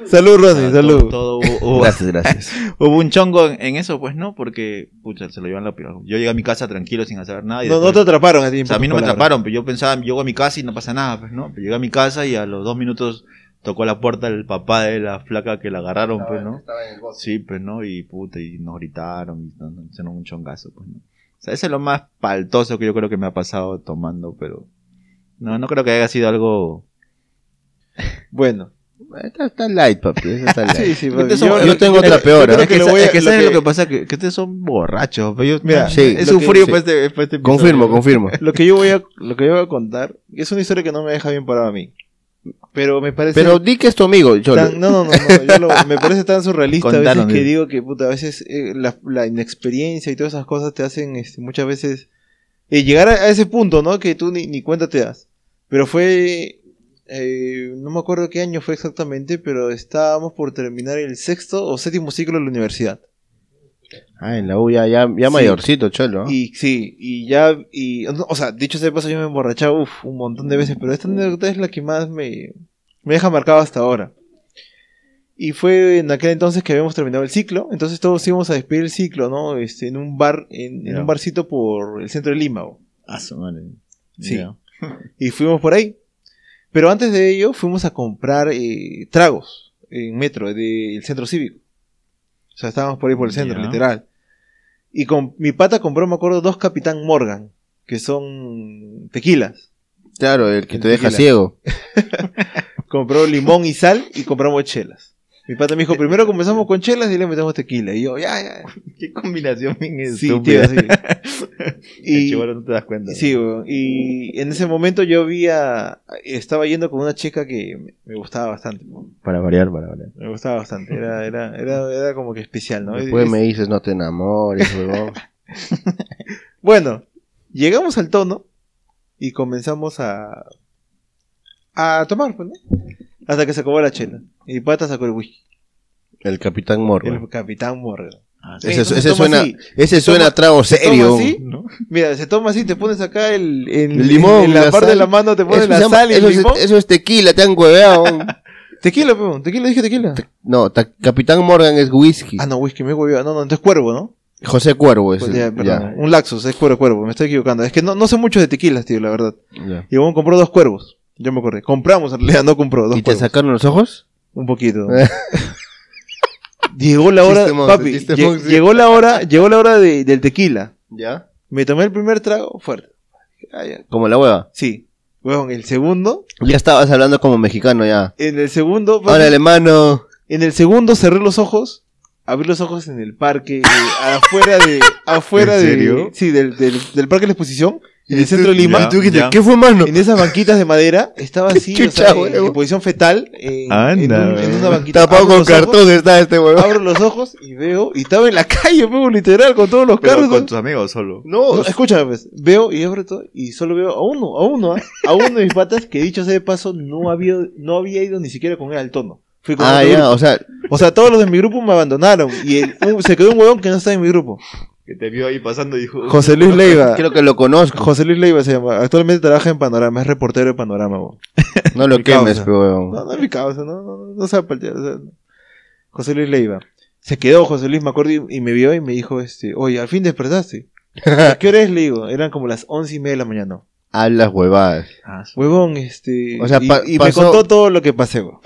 Salud,
Ah,
Ronnie,
todo,
salud.
todo hubo, hubo-
Gracias, gracias.
hubo un chongo en, en eso, pues no, porque pucha, se lo llevan la piola. Yo llegué a mi casa tranquilo sin hacer nada. Y
No, no
después-
te atraparon a ti. en
o sea, a mí no me
pocas palabras.
atraparon, pero yo pensaba, llego a mi casa y no pasa nada, pues no. Pero llegué a mi casa y a los dos minutos tocó la puerta el papá de la flaca que la agarraron, pues no. Sí, pues no, y puta, y nos gritaron, y nos nos hicieron un chongazo, pues no. O sea, eso es lo más paltoso que yo creo que me ha pasado tomando, pero. No, no creo que haya sido algo.
Bueno.
Está, está light, papi. eso Está light.
Sí, sí, papi,
Ustedes son-
yo-
yo, tengo
yo-
otra
yo
peor.
creo
¿eh?
que lo
sa-
voy a-
es que
lo
¿sabes
que-
lo que pasa? Que, que ustedes son borrachos, pero yo-
Mira,
Sí,
es
lo
un
que-
frío
sí.
para este, para este episodio.
Confirmo, confirmo.
Lo que yo voy a, lo que yo voy a contar es una historia que no me deja bien parado a mí. Pero me parece
Pero di que es tu amigo, Cholo.
tan- no, no, no, no, yo lo- me parece tan surrealista a
Contaron,
veces que
dime.
digo que puta, a veces eh, la, la inexperiencia y todas esas cosas te hacen este, muchas veces eh, llegar a, a ese punto, ¿no? Que tú ni, ni cuenta te das. Pero fue eh, no me acuerdo qué año fue exactamente, pero estábamos por terminar el sexto o séptimo ciclo de la universidad.
Ah, en la U ya, ya, ya
Sí.
mayorcito, Cholo. ¿eh?
Y sí, y ya, y, no, o sea, dicho sea de paso, yo me emborrachaba uf, un montón de veces, pero esta anécdota es la que más me, me deja marcado hasta ahora. Y fue en aquel entonces que habíamos terminado el ciclo, entonces todos íbamos a despedir el ciclo, ¿no? Este, en un bar, en, en
Ya.
un barcito por el centro de Lima. ¿o?
Ah, su madre.
Sí.
Ya.
Y fuimos por ahí. Pero antes de ello, fuimos a comprar eh, tragos en metro del centro cívico. O sea, estábamos por ahí por el centro,
Ya.
literal. Y con mi pata compró, me acuerdo, dos Capitán Morgan, que son tequilas.
Claro, el que te deja
Tequila.
ciego.
Compró limón y sal y compramos chelas. Mi pata me dijo, primero comenzamos con chelas y le metemos tequila. Y yo, ya, ya.
Qué combinación bien
Sí, tío,
estúpida.
sí.
El
Y-
chivolo no te das cuenta.
Sí, weón. y en ese momento yo había, estaba yendo con una chica que me- me gustaba bastante. weón.
Para variar, para variar.
Me gustaba bastante, era, era, era, era como que especial, ¿no?
Después
Es-
me dices, no te enamores, huevón.
Bueno, llegamos al tono y comenzamos a, a tomar, pues, ¿no? Hasta que se acabó la chela. Y Pata sacó el whisky,
El Capitán Morgan.
el Capitán Morgan.
Ah, sí.
Eh,
Ese,
entonces
ese
toma
suena,
así.
ese suena
Toma-
a trago serio.
así,
huevón.
¿No?
Mira, se toma así, te pones acá el, el-
El limón,
en la,
la
parte de
sal.
la mano te pones
Eso
la
se llama-
sal y el
eso es- eh,
limón.
eso es tequila, te han hueveado. huevón.
Tequila, pues, tequila, dije tequila.
No, ta- Capitán Morgan es whisky.
Ah, no, whisky, me huevió. No, no, entonces cuervo, ¿no?
José Cuervo es.
Pues ya,
ya,
perdón, un laxus, es cuervo, cuervo, me estoy equivocando. Es que no, no sé mucho de tequilas, tío, la verdad.
ya.
Y bueno, compró dos cuervos. Yo me acordé. Compramos, en realidad no compró dos
¿Y te
cuervos.
sacaron los ojos?
Un poquito. llegó la hora,
Chiste monse,
papi.
chiste
lle-
monse.
llegó la hora, llegó la hora de- del tequila.
Ya.
Me tomé el primer trago fuerte. Ah, ya.
Como la hueva.
Sí. Huevón, el segundo,
Ya estabas hablando como mexicano ya.
en el segundo, papi,
Ahora alemano.
en el segundo cerré los ojos, abrí los ojos en el parque, eh, afuera de, afuera
¿En
de,
serio?
sí, del, del, del parque de la exposición, en
Este
el centro de Lima.
Ya, tú ya.
¿Qué fue, mano?
En esas banquitas de madera estaba así, o sea,
Chucha,
en- en,
huevo.
posición fetal, eh, en, en
Anda,
un- en
huevo.
una banquita.
Eh, Tapado
Abro
con
los ojos,
cartón está este huevón.
Abro los ojos y veo, y estaba en la calle, veo literal, con todos los
Pero
carros.
con tus amigos solo.
Ah,
No, escúchame, pues, veo y abro todo, y solo veo a uno, a uno, ¿ah? a uno de mis patas, que dicho sea de paso, no había, no había ido ni siquiera con él al tono. Fui con
Ah,
otro
ya,
grupo.
o sea,
O sea, todos los de mi grupo me abandonaron, y el- un- se quedó un huevón que no estaba en mi grupo.
Que te vio ahí pasando y dijo.
José Luis Leiva.
creo que lo conozco.
José Luis Leiva se llama, actualmente trabaja en Panorama, es reportero de Panorama, huevón.
No lo
Mi
quemes,
causa.
pe, huevón.
No, no es mi causa, no, no, no, no sabe paltear, o sea, no. José Luis Leiva. Se quedó José Luis, me acuerdo, y, y me vio y me dijo, este, oye, al fin despertaste.
Ah.
¿A qué hora es? Le digo, eran como las once y media de la mañana.
Hablas huevadas.
Ah, su-
Huevón, este.
O sea,
y,
pa-
y
pasó-
me contó todo lo que pasé, huevón.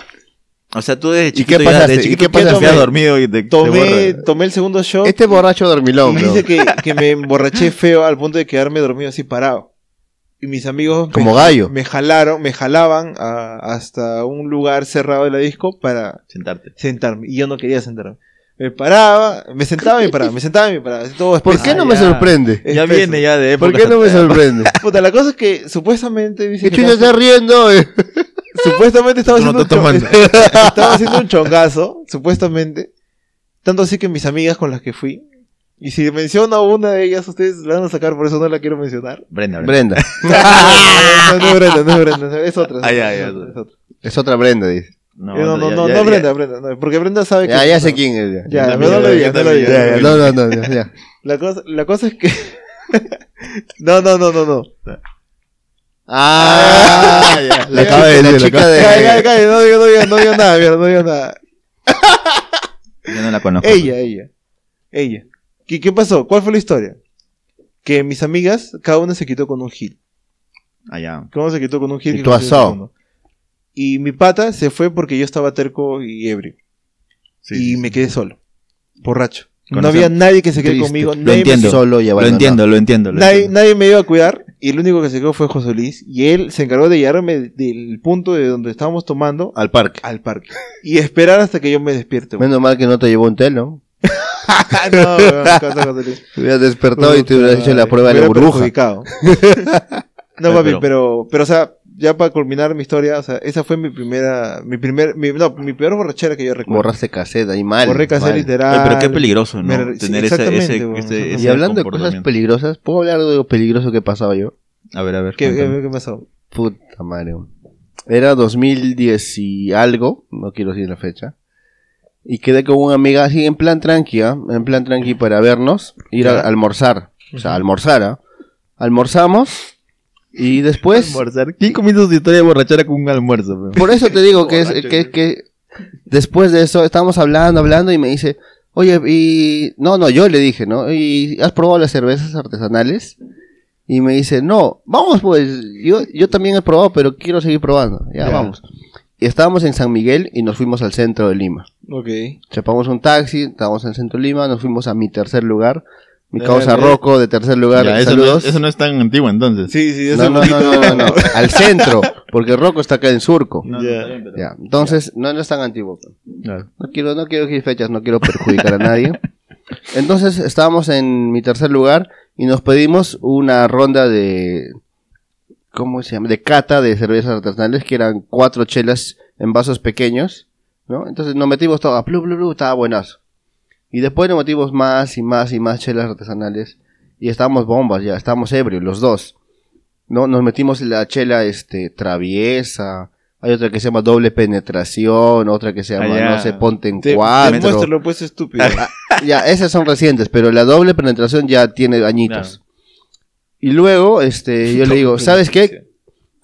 O sea, tú desde
qué
chiquito ya-
pasaste?
de
¿Y
chiquito
qué
ya
pasaste?
te habías dormido y te, te
Tomé,
borras.
tomé el segundo shot
Este borracho dormilón,
y
bro.
dice que, que me emborraché feo al punto de quedarme dormido así parado. Y mis amigos
Como
me,
gallo.
me jalaron, me jalaban a- hasta un lugar cerrado de la disco para
Sentarte.
sentarme. Y yo no quería sentarme. Me paraba, me sentaba y me paraba, me sentaba y me paraba. Todo
¿Por
espeso.
qué
Ah,
no me
ya.
sorprende?
Ya
Espeso.
viene ya de
¿Por
época.
qué no me sorprende?
Puta, la cosa es que supuestamente dice
¿Qué
que
chucha
estaba-
está riendo? eh?
supuestamente estaba
Tú no
haciendo,
estás
un
tomando.
chon- estaba haciendo un chongazo, supuestamente. Tanto así que mis amigas con las que fui. Y si menciono a una de ellas, ustedes la van a sacar, por eso no la quiero mencionar.
Brenda, Brenda.
Brenda.
no, no es Brenda, no es Brenda, es otra. es
Ah,
otra,
ya,
es
ya.
otra, es otra.
Es otra Brenda, dice.
No,
Eh, No, no,
ya-
no,
ya-
no
ya-
Brenda, Brenda, no, porque Brenda sabe que.
Ya, ya sé quién es. ya.
Ya, pero
Yo
no lo
también,
digas, no
yo
lo
también,
digas.
Ya, ya, No, no, no, ya, ya.
La cosa, la cosa es que. no, no, no, no, no.
Ah, ya. La
acaba de
chica- la
decir, la
chica
acaba-
de-
Cae, cae, cae, no digo, no digo, no digo nada, mierda, no digo nada.
Yo no la conozco.
Ella, ella. Ella. ¿Qué, ¿Qué pasó? ¿Cuál fue la historia? Que mis amigas, cada una se quitó con un hit.
Ah, ya.
Cada una se quitó con un hit.
Y
que
tú
consiguió
asado.
segundo. Y mi pata se fue porque yo estaba terco y ebrio. y
Sí.
me quedé solo. Borracho.
Con
no
esa-
había nadie que se quede
Triste.
conmigo.
Lo
nadie me-
entiendo.
Solo y
Lo
abandonado.
entiendo, lo entiendo. lo
Nadie,
entiendo.
nadie me iba a cuidar y el único que se quedó fue José Luis y él se encargó de llevarme del punto de donde estábamos tomando
Al parque.
al parque y esperar hasta que yo me despierte. güey. Ah,
Menos mal que no te llevó un tel, ¿no?
no, weón, cosa, José Luis.
Te hubieras despertado y te hubieras hecho la
Puta,
prueba de
me
la
hubiera
burbuja.
perjudicado. no,
Ay,
papi,
pero-
pero, pero, o sea, ya para culminar mi historia, o sea, esa fue mi primera, mi primer, mi, no, mi peor borrachera que yo recuerdo.
Borraste caseta y mal.
Borré casera
mal.
literal.
Oye, pero qué peligroso, ¿no?
Me- sí,
Tener ese-
exactamente,
ese,
weón,
ese-
exactamente.
Y
ese
hablando de cosas
comportamiento.
peligrosas, ¿puedo hablar de algo peligroso que pasaba yo?
A ver, a ver.
¿Qué,
cuéntame.
qué- qué pasó?
Puta madre. Era 2010 y algo, no quiero decir la fecha. Y quedé con una amiga así en plan tranqui, ¿ah? en plan tranqui para vernos, ir a almorzar. O sea, almorzar, ¿ah? Almorzamos y después...
Almorzar. ¿Quién comienza su historia de borrachera con un almuerzo? weón?
Por eso te digo que es que, que después de eso estábamos hablando, hablando y me dice, oye, y no, no, yo le dije, ¿no? ¿Y has probado las cervezas artesanales? Y me dice, no, vamos pues, yo, yo también he probado, pero quiero seguir probando. Ya,
Ya.
vamos. Y estábamos en San Miguel y nos fuimos al centro de Lima.
Ok.
Chapamos un taxi, estábamos en el centro de Lima, nos fuimos a mi tercer lugar. Mi
Dale.
causa Rocco de tercer lugar,
Eh, Ya, eso, no
saludos.
es, eso no es tan antiguo entonces.
Sí, sí,
no,
eso
no, no, no, no, no, al centro, porque Rocco está acá en Surco.
No, no,
Ya.
está bien, pero-
Ya, entonces, no, no es tan antiguo.
Claro.
No quiero, no quiero decir fechas, no quiero perjudicar a nadie. Entonces estábamos en mi tercer lugar y nos pedimos una ronda de. ¿Cómo se llama? De cata de cervezas artesanales, que eran cuatro chelas en vasos pequeños, ¿no? Entonces nos metimos todas, blu, blu, blu, estaba buenazo. Y después nos metimos más y más y más chelas artesanales y estábamos bombas ya, estábamos ebrios los dos. ¿No? Nos metimos la chela este traviesa, hay otra que se llama doble penetración, otra que se llama,
Ah, ya.
no Ah, sé, ponte en
Te,
cuatro.
te muéstralo, pues estúpido.
Ya, esas son recientes, pero la doble penetración ya tiene añitos. Y luego, este, yo le digo, ¿sabes qué?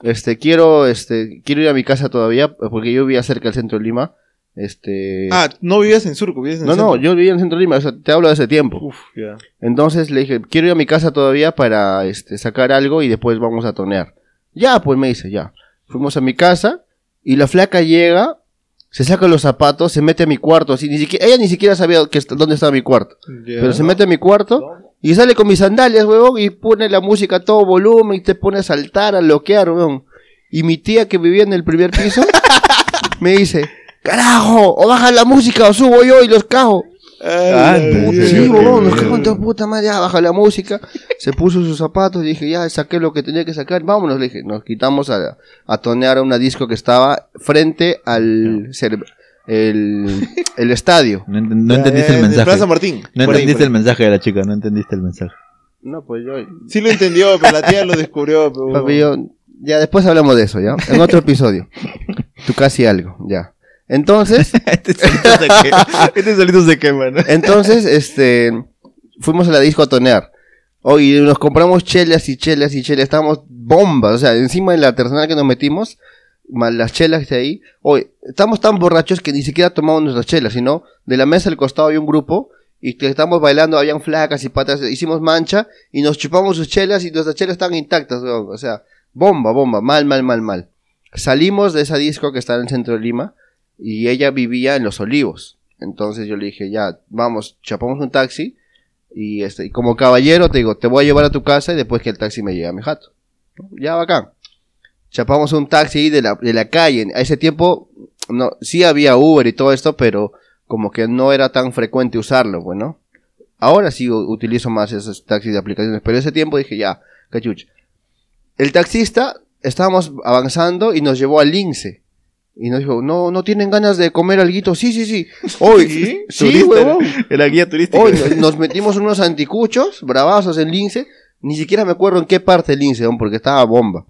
Este, quiero, este, quiero ir a mi casa todavía, porque yo vivía cerca del centro de Lima. Este.
Ah, no vivías en Surco, vivías en
no,
el
no,
centro.
yo vivía en el centro de Lima, o sea, te hablo de ese tiempo.
Uf, ya.
Entonces le dije, quiero ir a mi casa todavía para, este, sacar algo y después vamos a tonear. Ya, pues me dice, ya. Fuimos a mi casa y la flaca llega, se saca los zapatos, se mete a mi cuarto, así, ni siquiera, ella ni siquiera sabía que, est- dónde estaba mi cuarto.
Ya.
Pero se mete a mi cuarto y sale con mis sandalias, huevón, y pone la música a todo volumen y te pone a saltar, a loquear, huevón. Y mi tía que vivía en el primer piso me dice, carajo, o baja la música o subo yo y los cajo.
Ay,
Ah,
ay,
puta,
ay,
Sí,
ay,
qué
huevón, los
ay,
miedo.
cajo en tu puta madre, ya, baja la música. Se puso sus zapatos y dije, ya, saqué lo que tenía que sacar, vámonos, le dije. Nos quitamos a, a tonear a una disco que estaba frente al... cer- el, el estadio.
No, ent- no
Ya, eh,
entendiste
ya,
el
en
mensaje.
Plaza Martín.
No
Por ahí,
entendiste
por ahí.
el mensaje de la chica, no entendiste el mensaje.
No, pues yo,
Sí lo entendió, pero la tía lo descubrió. pero-
Papi, yo- ya después hablamos de eso, ¿ya? En otro episodio. Tú casi algo, ya. Entonces,
este solito se quema. Este solito se quema, ¿no?
entonces, este, fuimos a la disco a tonear. Oh, y nos compramos chelas y chelas y chelas. Estábamos bombas, o sea, encima de la artesanal que nos metimos, más las chelas de ahí. Hoy, estamos tan borrachos que ni siquiera tomamos nuestras chelas, sino de la mesa al costado había un grupo y que estábamos bailando, habían flacas y patas, hicimos mancha y nos chupamos sus chelas y nuestras chelas estaban intactas, weón. o sea, bomba, bomba, mal, mal, mal, mal. Salimos de esa disco que está en el centro de Lima y ella vivía en Los Olivos. Entonces yo le dije, ya, vamos, chapamos un taxi y este, y como caballero te digo, te voy a llevar a tu casa y después que el taxi me llegue a mi jato. Ya bacán. Chapamos un taxi de la, de la calle. A ese tiempo, no, sí había Uber y todo esto, pero como que no era tan frecuente usarlo, bueno. Ahora sí u- utilizo más esos taxis de aplicaciones, pero ese tiempo dije ya, cachucha. El taxista, estábamos avanzando y nos llevó al lince. Y nos dijo, no, no tienen ganas de comer alguito. Sí, sí, sí. Hoy, sí,
Turista,
huevón.
Era guía turística.
Hoy nos- nos metimos unos anticuchos, bravazos en Lince. Ni siquiera me acuerdo en qué parte del Lince, aún, porque estaba bomba.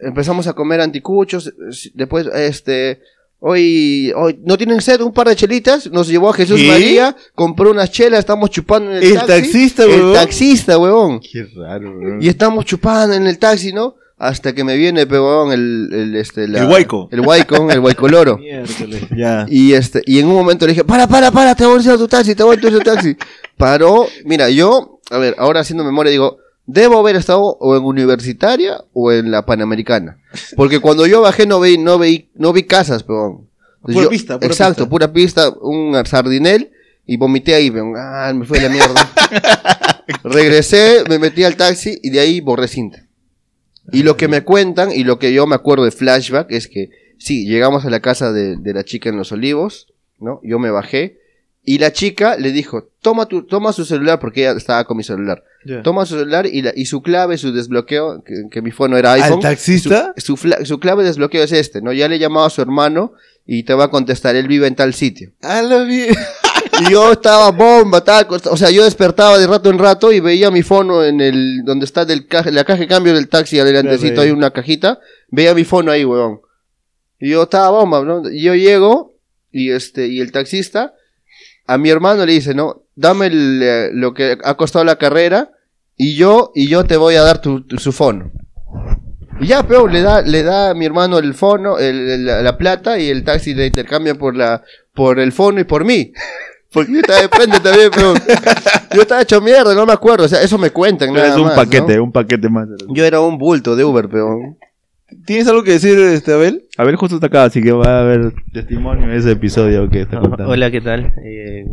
Empezamos a comer anticuchos. eh, Después, este. Hoy, hoy, ¿no tienen sed? Un par de chelitas. Nos llevó a Jesús
¿Qué?
María. Compró unas chelas. Estamos chupando en el,
El
taxi.
taxista,
El
huevón.
taxista, huevón.
Qué raro, bro.
Y estamos chupando en el taxi, ¿no? Hasta que me viene, pe, huevón, el, el, este, la-
El huayco.
El huayco, el huaycoloro.
Miércoles.
Ya.
Y este, y en un momento le dije, para, para, para, te voy a enseñar tu taxi, te voy a enseñar tu taxi. Paró, mira, yo, a ver, ahora haciendo memoria digo, debo haber estado o en universitaria o en la Panamericana. Porque cuando yo bajé no vi, no vi, no vi casas, peón. Entonces
Pura
yo-
pista, pura
Exacto,
pista.
pura pista, un sardinel, y vomité ahí, peón. Ah, me fue la mierda. Regresé, me metí al taxi y de ahí borré cinta. Y lo que me cuentan y lo que yo me acuerdo de flashback es que sí, llegamos a la casa de, de la chica en Los Olivos, ¿no? Yo me bajé y la chica le dijo, toma, tu, toma su celular porque ella estaba con mi celular.
Ya.
Toma su celular y, la- y su clave, su desbloqueo, que, que mi fono era
¿Al
iPhone.
taxista?
Su, fla- su clave de desbloqueo es este, ¿no? Ya le he llamado a su hermano y te va a contestar, él vive en tal sitio.
A la mierda.
Y yo estaba bomba, tal, cosa. o sea, yo despertaba de rato en rato y veía mi fono en el, donde está del caja, la caja de cambio del taxi, adelantecito
Claro,
hay
ahí.
una cajita, veía mi fono ahí, weón. Y yo estaba bomba, ¿no? Y yo llego, y este, y el taxista, a mi hermano le dice, ¿no? Dame el, eh, lo que ha costado la carrera, y yo, y yo te voy a dar tu, tu- su fono. Y ya, pero le da, le da a mi hermano el fono, el- el- la, la plata, y el taxi le intercambia por la, por el fono y por mí. Porque yo estaba de frente también, pero yo estaba hecho mierda, no me acuerdo. O sea, eso me cuentan, nada
es un
más, ¿no?
paquete, un paquete más.
Yo era un bulto de Uber, peón.
¿Tienes algo que decir, este, Abel?
A ver, justo está acá, así que va a haber testimonio de ese episodio que está contando.
Ah, Hola, ¿qué tal? Eh,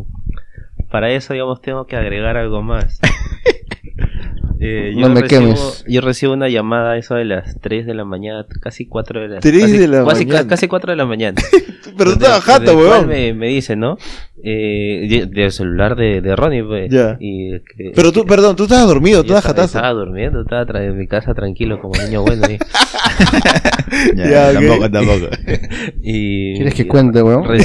para eso, digamos, tengo que agregar algo más. Eh,
No me
recibo,
quemes.
Yo recibo una llamada a eso de las 3 de la mañana, casi 4 de la,
Tres
casi,
de la
casi,
mañana.
Casi 4 de la mañana.
Pero tú
Desde-
estabas jata,
desde el cual
weón.
Me, me dice, ¿no? Eh, de- del celular de, de Ronnie, pues.
Ya.
Y que-
Pero tú, perdón, tú estabas dormido, tú
yo
estabas
estaba,
jatazo.
estaba durmiendo, estaba tra- en mi casa tranquilo como niño bueno. ahí.
Ya,
Ya, ok.
Tampoco, tampoco.
Y,
¿Quieres
y-
que cuente, weón?
Re-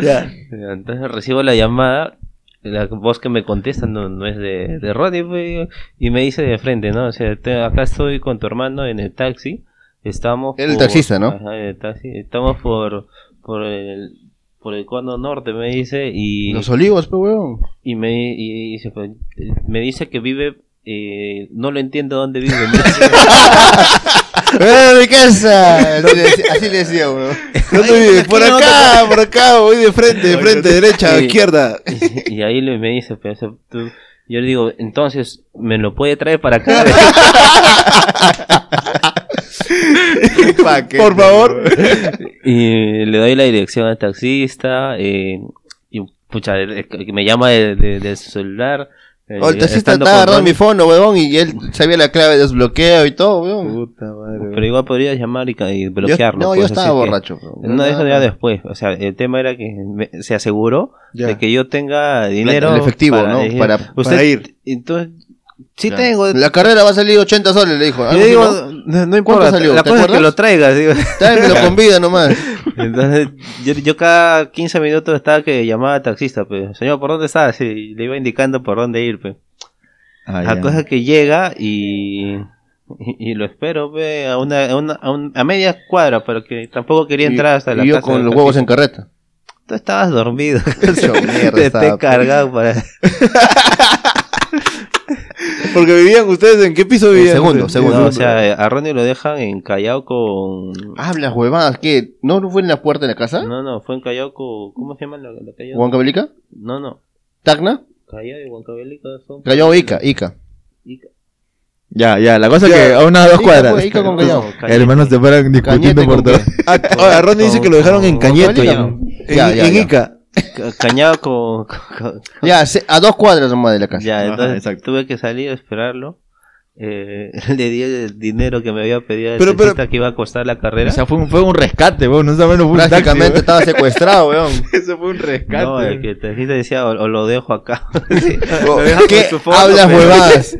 Ya.
Eh, Entonces recibo la llamada, la voz que me contesta no, no es de, de Ronnie, pues, y me dice de frente, ¿no? O sea, te- acá estoy con tu hermano en el taxi, estamos...
El taxista, ¿no?
Ajá, el taxi, estamos por, por el... Por el cono norte me dice y,
Los olivos, pe weón.
y me, y- y dice, pues, eh, me dice que vive, eh, no lo entiendo dónde vive. me dice.
¡Eh, mi casa! Así le decía, así le decía, weón.
No te olvides, por acá, por acá, voy de frente, de frente, derecha,
Sí.
izquierda.
y ahí le- me dice, pues, o sea, tú- yo le digo, entonces, ¿me lo puede traer para acá?
Por favor.
Y le doy la dirección al taxista. eh, y pucha, el- el que me llama de, de- de su celular. eh,
O Oh, el taxista
estando
estaba
con
agarrando
Ronnie,
mi fono, weón, y él sabía la clave de desbloqueo y todo, weón.
Puta madre.
Pero igual podría llamar y, ca- y
Yo-
bloquearlo.
no, yo
pues,
estaba
así que-
borracho. Ah. weón.
No, eso ya después. O sea, el tema era que me- se aseguró
Ya.
de que yo tenga dinero.
el efectivo, ¿no?
eh,
Para-
usted-
para ir.
Entonces, sí
Ya.
tengo.
La carrera va a salir 80 soles, le dijo.
yo
Algo
digo,
así, ¿no?
no, no
¿Cuánto
importa,
salió?
la
¿Te
cosa es que
acuerdas?
lo traigas. digo.
Tráemelo con vida nomás.
Entonces, yo, yo cada 15 minutos estaba que llamaba al taxista, pues, señor, ¿por dónde está? Sí, y le iba indicando por dónde ir, pues.
Ah,
La
ya.
cosa que llega y, y, y lo espero, pues, a una, a una- a un- a media cuadra, pero que tampoco quería entrar hasta
Y-
la
y yo
casa
con
del
los huevos
taxista.
en carreta.
Tú estabas dormido.
Hecho mierda
te
estaba, pues.
esté
pe.
cargado para...
Porque vivían ustedes, ¿en qué piso vivían?
segundo,
ustedes?
segundo.
No, o sea, a Ronnie lo dejan en Callao con...
Hablas huevadas, Ah, ¿qué? ¿No, ¿No fue en la puerta de la casa?
No, no, fue en Callao con... ¿Cómo se llama la, la calle?
¿Huancabelica?
No, no.
¿Tacna?
Callao y Huancabelica son...
Callao, Ica, Ica.
Ica.
Ya, ya, la cosa
Ya.
que a unas dos
Ica,
cuadras.
pues, Ica con Callao.
No, Callao.
Hermanos se paran discutiendo
Cañete
por
con
todo.
qué?
Ah, ahora, Ronnie dice que lo dejaron en Cañete.
Cañete,
En,
ya, ya,
en
ya.
Ica.
Ca- Cañado con... con- con-
Ya, se- a dos cuadras nomás de la casa.
Ya,
Ajá,
entonces
exacto.
tuve que salir a esperarlo. eh, le di el dinero que me había pedido el
Pero- pero-
taxista que iba a costar la carrera.
O sea, fue un, fue un rescate, weón. No sabemos, fue un taxi,
Prácticamente
weón.
estaba secuestrado, weón.
Eso fue un rescate.
no, el que el taxista decía, o, o lo dejo acá. Sí.
¿Qué
su fondo,
hablas
pero-
huevadas?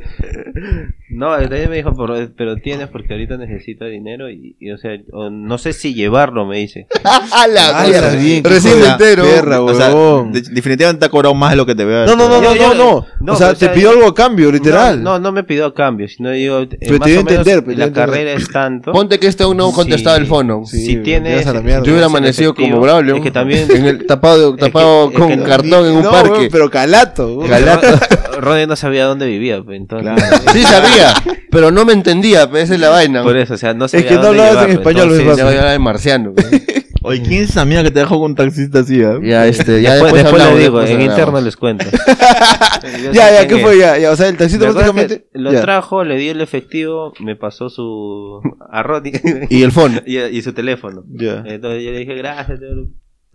No, el taxista me dijo, "Por- pero tienes porque ahorita necesito dinero y, y, o sea, o no sé si llevarlo, me dice.
A la
Ay,
mierda.
está bien, qué
Ah, Recién
hijo
me
de la
entero.
perra,
O sea,
huevón.
de- definitivamente te ha cobrado más de lo que te veo.
No, no, no,
Yo-
no, no,
yo-
no.
no,
O sea,
pero,
te
o sea,
pidió algo a cambio, literal.
No, no, no me pidió cambio, sino digo, eh,
Pero te
más
dio
o
a entender,
menos
pero te dio
la
a entender.
carrera es tanto.
Ponte que este aún no contestaba
Sí.
el fono.
Sí,
si tienes-
te vas a la mierda.
Yo hubiera
Es
amanecido
efectivo.
como Braulio.
Es que también-
En el tapado,
Es que-
tapado
es que
con
no-
cartón en un
No,
parque.
huevón, pero calato. huevón.
Rode- Rode no sabía dónde vivía, pues, entonces.
Sí sabía, pero no me entendía. pues, Esa es la vaina.
Por eso, o sea, no sabía
que no
dónde pues,
hablabas en
llevarlo,
español,
entonces-
Luis
Ya voy a hablar de marciano. weón.
Oye, ¿quién es esa amiga que te dejó con un taxista así, ah?
Ya, este, ya después,
después, después
hablamos,
le digo,
después
en
hablamos.
interno les cuento. Yo
Ya,
sé
ya,
quién
¿qué
es.
fue? Ya, ya, o sea, el taxista
La cosa es que
prácticamente.
Lo
ya.
trajo, le di el efectivo, me pasó su. a Roddy
Y el fondo.
y, y su teléfono.
Ya.
Entonces yo le dije, gracias. todo".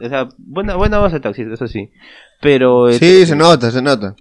O sea, buena, buena voz el taxista, eso sí. Pero. eh,
Sí, se nota, se nota.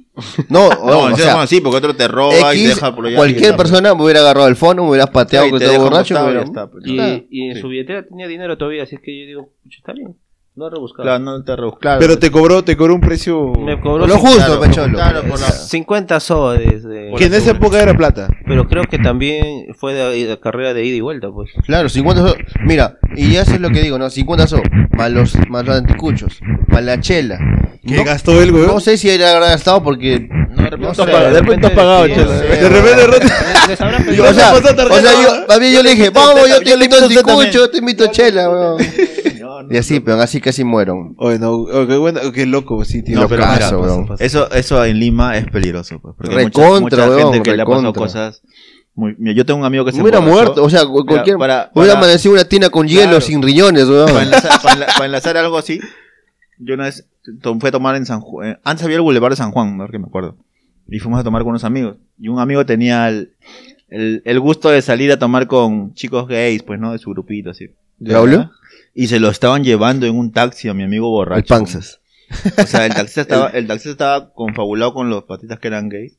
No, o,
No,
o
o
sea,
bueno, sí, porque otro te roba y
X,
deja por allá.
cualquier persona me hubiera agarrado el fono, me hubieras pateado
Y
que
te
estaba
deja como
borracho.
estaba,
me
ya
hubiera-
está, pues,
Y,
ya.
Ah,
y en
Sí.
su billetera tenía dinero todavía, así es que yo digo, "Pucha, está bien. No he rebuscado.
Claro, no te rebuscas.
Pero te cobró, te cobró un precio.
Me cobró
Lo
cin-
justo, Pecholo.
Claro, por la-
50 soles. eh,
Que en esa época era plata.
Pero creo que también fue de, de carrera de ida y vuelta, pues.
Claro, 50 so. Mira, y eso es lo que digo, ¿no? 50 so, más los, más los anticuchos, más la chela.
Que
No-
gastó el
No
weón.
sé si era gastado porque.
No, de
repente has pagado-
de repente has pagado,
sí,
chela.
sí,
De
sí.
repente, de repente.
Les habrán
O
pedido-
Yo-
sea,
no pasó tarjeta,
o sea,
¿no?
yo, también yo le dije, vamos, yo te invito anticucho, yo te invito chela, weón.
No, no.
Y así, pero así casi muero.
Oye, no, oh, qué bueno, qué loco, sí, tío.
No, pero
Locazo,
mira,
weón.
pasa,
Eso, eso en Lima es peligroso, pues. Porque hay mucha,
Recontra,
mucha
weón,
gente que le ha pasado
recontra.
cosas. Muy, mira, yo tengo un amigo que se
Me hubiera
emborrachó.
muerto, o sea, cu-
Mira,
cualquier.
para-
Hubiera
para-
amanecido una tina con hielo
Claro.
sin riñones,
Para
weón.
enlazar, para enla- para enlazar algo así, yo una vez to- fui a tomar en San Juan. Antes había el Boulevard de San Juan, mejor que me acuerdo. Y fuimos a tomar con unos amigos. Y un amigo tenía el, el, el gusto de salir a tomar con chicos gays, pues, ¿no? De su grupito, así.
¿Braulio?
Y se lo estaban llevando en un taxi a mi amigo borracho.
El panzas.
O sea, el taxista estaba, el taxista estaba confabulado con los patitas que eran gays.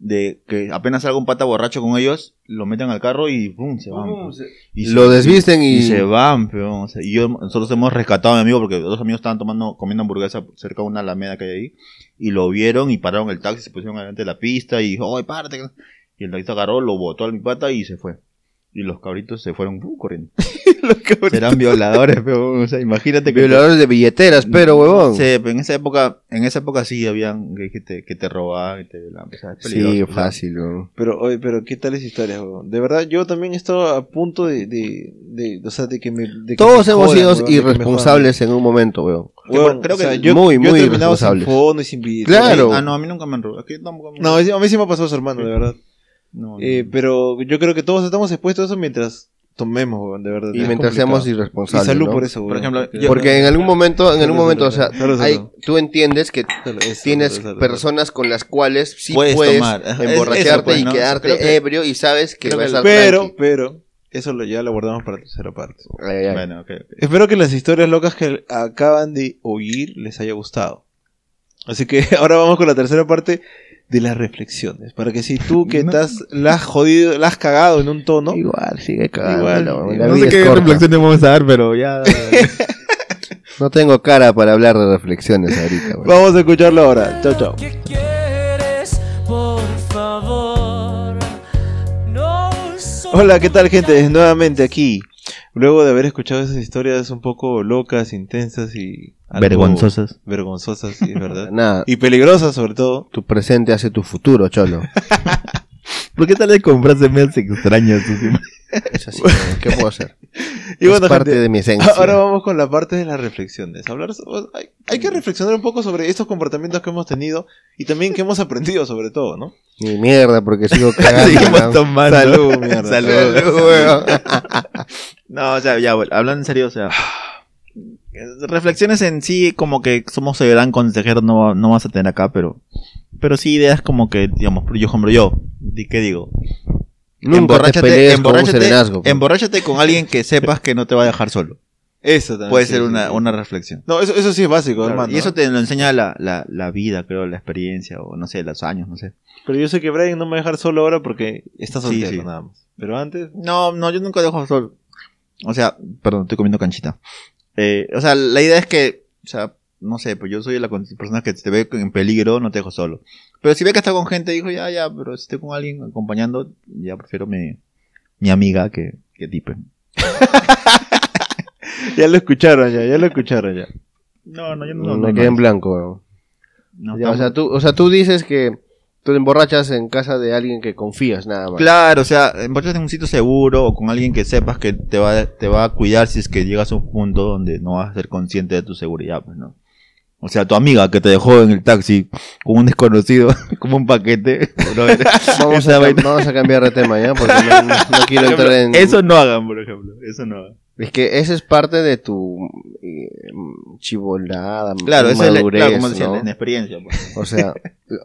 De que apenas salga un pata borracho con ellos, lo meten al carro y ¡pum! se van. pues. Y se-
Lo desvisten
y,
y.
se van, peón. O sea, y yo, nosotros hemos rescatado a mi amigo porque dos amigos estaban tomando, comiendo hamburguesa cerca de una alameda que hay ahí. Y lo vieron y pararon el taxi, se pusieron adelante de la pista y dijo, ¡ay, párate! Y el taxista agarró, lo botó al mi pata y se fue. Y los cabritos se fueron uh, corriendo. Serán violadores, peón. O sea, imagínate que.
Violadores de billeteras, pero, huevón.
Sí, pero en esa época, en esa época sí habían gays que te, que te robaban, que te violaban. O sea, es
Sí,
peligroso, o sea,
fácil, weón.
Pero, oye, pero qué tales historias, weón. De verdad, yo también he estado a punto de, de, de o sea, de que me. de que
Todos
me
hemos
jodan,
sido
weón, de que me jodan.
irresponsables en un momento, weón.
Weón,
Bueno, creo
o sea,
que
yo,
muy,
yo
muy
he terminado sin
irresponsables.
fono y sin billete.
Claro. eh,
Ah, no, a mí nunca me han robado. Aquí tampoco me-
No, a mí sí me pasó su hermano, de verdad.
No, no.
Eh, pero yo creo que todos estamos expuestos a eso mientras tomemos, weón, de verdad.
Y
Es
mientras
complicado.
seamos
Y
irresponsables.
salud
¿no?
por eso, weón.
Por ejemplo, yo-
Porque en algún momento, en algún
Salud,
momento, o sea,
salud, salud.
hay- tú entiendes que
Salud, eso,
tienes
salud, salud.
personas con las cuales sí
Puedes
puedes,
tomar. Ajá, es-
emborracharte
eso, pues,
y
¿no?
quedarte
Creo que-
ebrio y sabes que
creo que
vas a
Pero, pero, eso lo, ya lo guardamos para tercera parte.
Bueno, ok, ok.
Espero que las historias locas que acaban de oír les haya gustado. Así que ahora vamos con la tercera parte de las reflexiones. Para que si tú que
No.
estás, la has jodido, la has cagado en un tono.
Igual, sigue cagando. la- la
no
vida
sé
es
qué
corta.
reflexiones vamos a dar, pero ya.
No tengo cara para hablar de reflexiones ahorita, weón.
Vamos a escucharlo ahora. Chao, chao.
¿Qué quieres? Por favor. No soy
Hola, ¿qué tal gente? Nuevamente aquí. Luego de haber escuchado esas historias un poco locas, intensas y... algo
Vergonzosas.
Vergonzosas, sí, es verdad.
Nada,
Y peligrosas sobre todo.
tu presente hace tu futuro, cholo.
¿Por qué tal vez compraste medias extrañas?
Es así, weón. ¿qué puedo hacer?
Y
es
bueno,
parte
gente,
de mi esencia.
Ahora vamos con la parte de las reflexiones. Hablar, so- hay, hay que reflexionar un poco sobre estos comportamientos que hemos tenido y también que hemos aprendido sobre todo, ¿no?
Ni mierda, porque sigo cagando. weón.
tomando.
Salud, mierda.
Salud.
Salud, weón.
No, o sea, ya, bueno, hablando en serio, o sea. Reflexiones en sí, como que somos el gran consejero, no, no vas a tener acá, pero. Pero sí, ideas como que, digamos, por- yo, por ejemplo, yo, di- ¿qué digo?
Nunca te pelees con un serenazgo. pues.
emborráchate con alguien que sepas que no te va a dejar solo.
Eso también.
Puede
sí,
ser
sí,
una,
sí.
una reflexión.
No, eso, eso sí es básico,
Claro,
hermano.
y eso te lo enseña la, la, la vida, creo, la experiencia, o no sé, los años, no sé.
Pero yo sé que Brian no me va a dejar solo ahora porque está
Sí,
soltero
sí.
nada más. Pero antes,
No, no, yo nunca dejo sol. O sea, perdón, estoy comiendo canchita. Eh, o sea, la idea es que, o sea, no sé, pues yo soy la con- persona que te ve en peligro, no te dejo solo. Pero si ve que está con gente, dijo, ya, ya, pero si estoy con alguien acompañando, ya prefiero mi, mi amiga que, que tipe.
ya lo escucharon ya, ya lo escucharon ya.
No, no, yo
No, me quedé en blanco, weón.
no,
Ya, o,
estamos-
sea, tú, o sea, tú dices que tú te emborrachas en casa de alguien que confías, nada más.
Claro, o sea, emborracharte en un sitio seguro o con alguien que sepas que te va, te va a cuidar si es que llegas a un punto donde no vas a ser consciente de tu seguridad, pues, ¿no? O sea, tu amiga que te dejó en el taxi con un desconocido, como un paquete. brother,
Vamos,
esa
a,
vaina-
vamos a cambiar de tema ya, porque no, no- no quiero entrar
Mm.
en...
Eso no hagan, Ah, por ejemplo. Eso no hagan.
Es que esa es parte de tu eh, mm, chivolada,
Claro, eso es la-
madurez,
claro, como decía,
¿no?
en experiencia. pues.
O sea,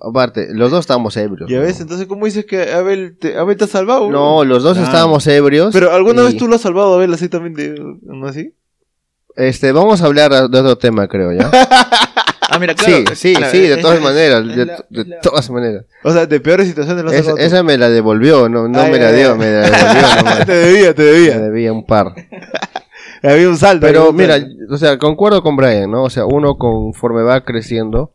aparte, los dos estábamos ebrios.
Y a
¿no?
veces, entonces, ¿cómo dices que Abel te, Abel te ha salvado?
No, los dos
Claro.
estábamos ebrios.
Pero alguna
y-
vez tú lo has salvado, Abel, así también, de, ¿no así?
Este, vamos a hablar de otro tema, creo, ¿ya?
Ah, mira,
sí,
claro,
sí,
claro,
sí, de
es-
todas
es-
maneras,
es
de,
la-
de
es la-
todas maneras.
O sea, de peores situaciones lo has
Esa-
salvado. tú.
esa me la devolvió, no, no
Ay,
me la
ay,
dio,
ay.
me la devolvió. no me-
te debía, te
me
debía.
debía un par.
Había un saldo. había
Pero
un
mira,
saldo.
o sea, concuerdo con Brian, ¿no? O sea, uno conforme va creciendo,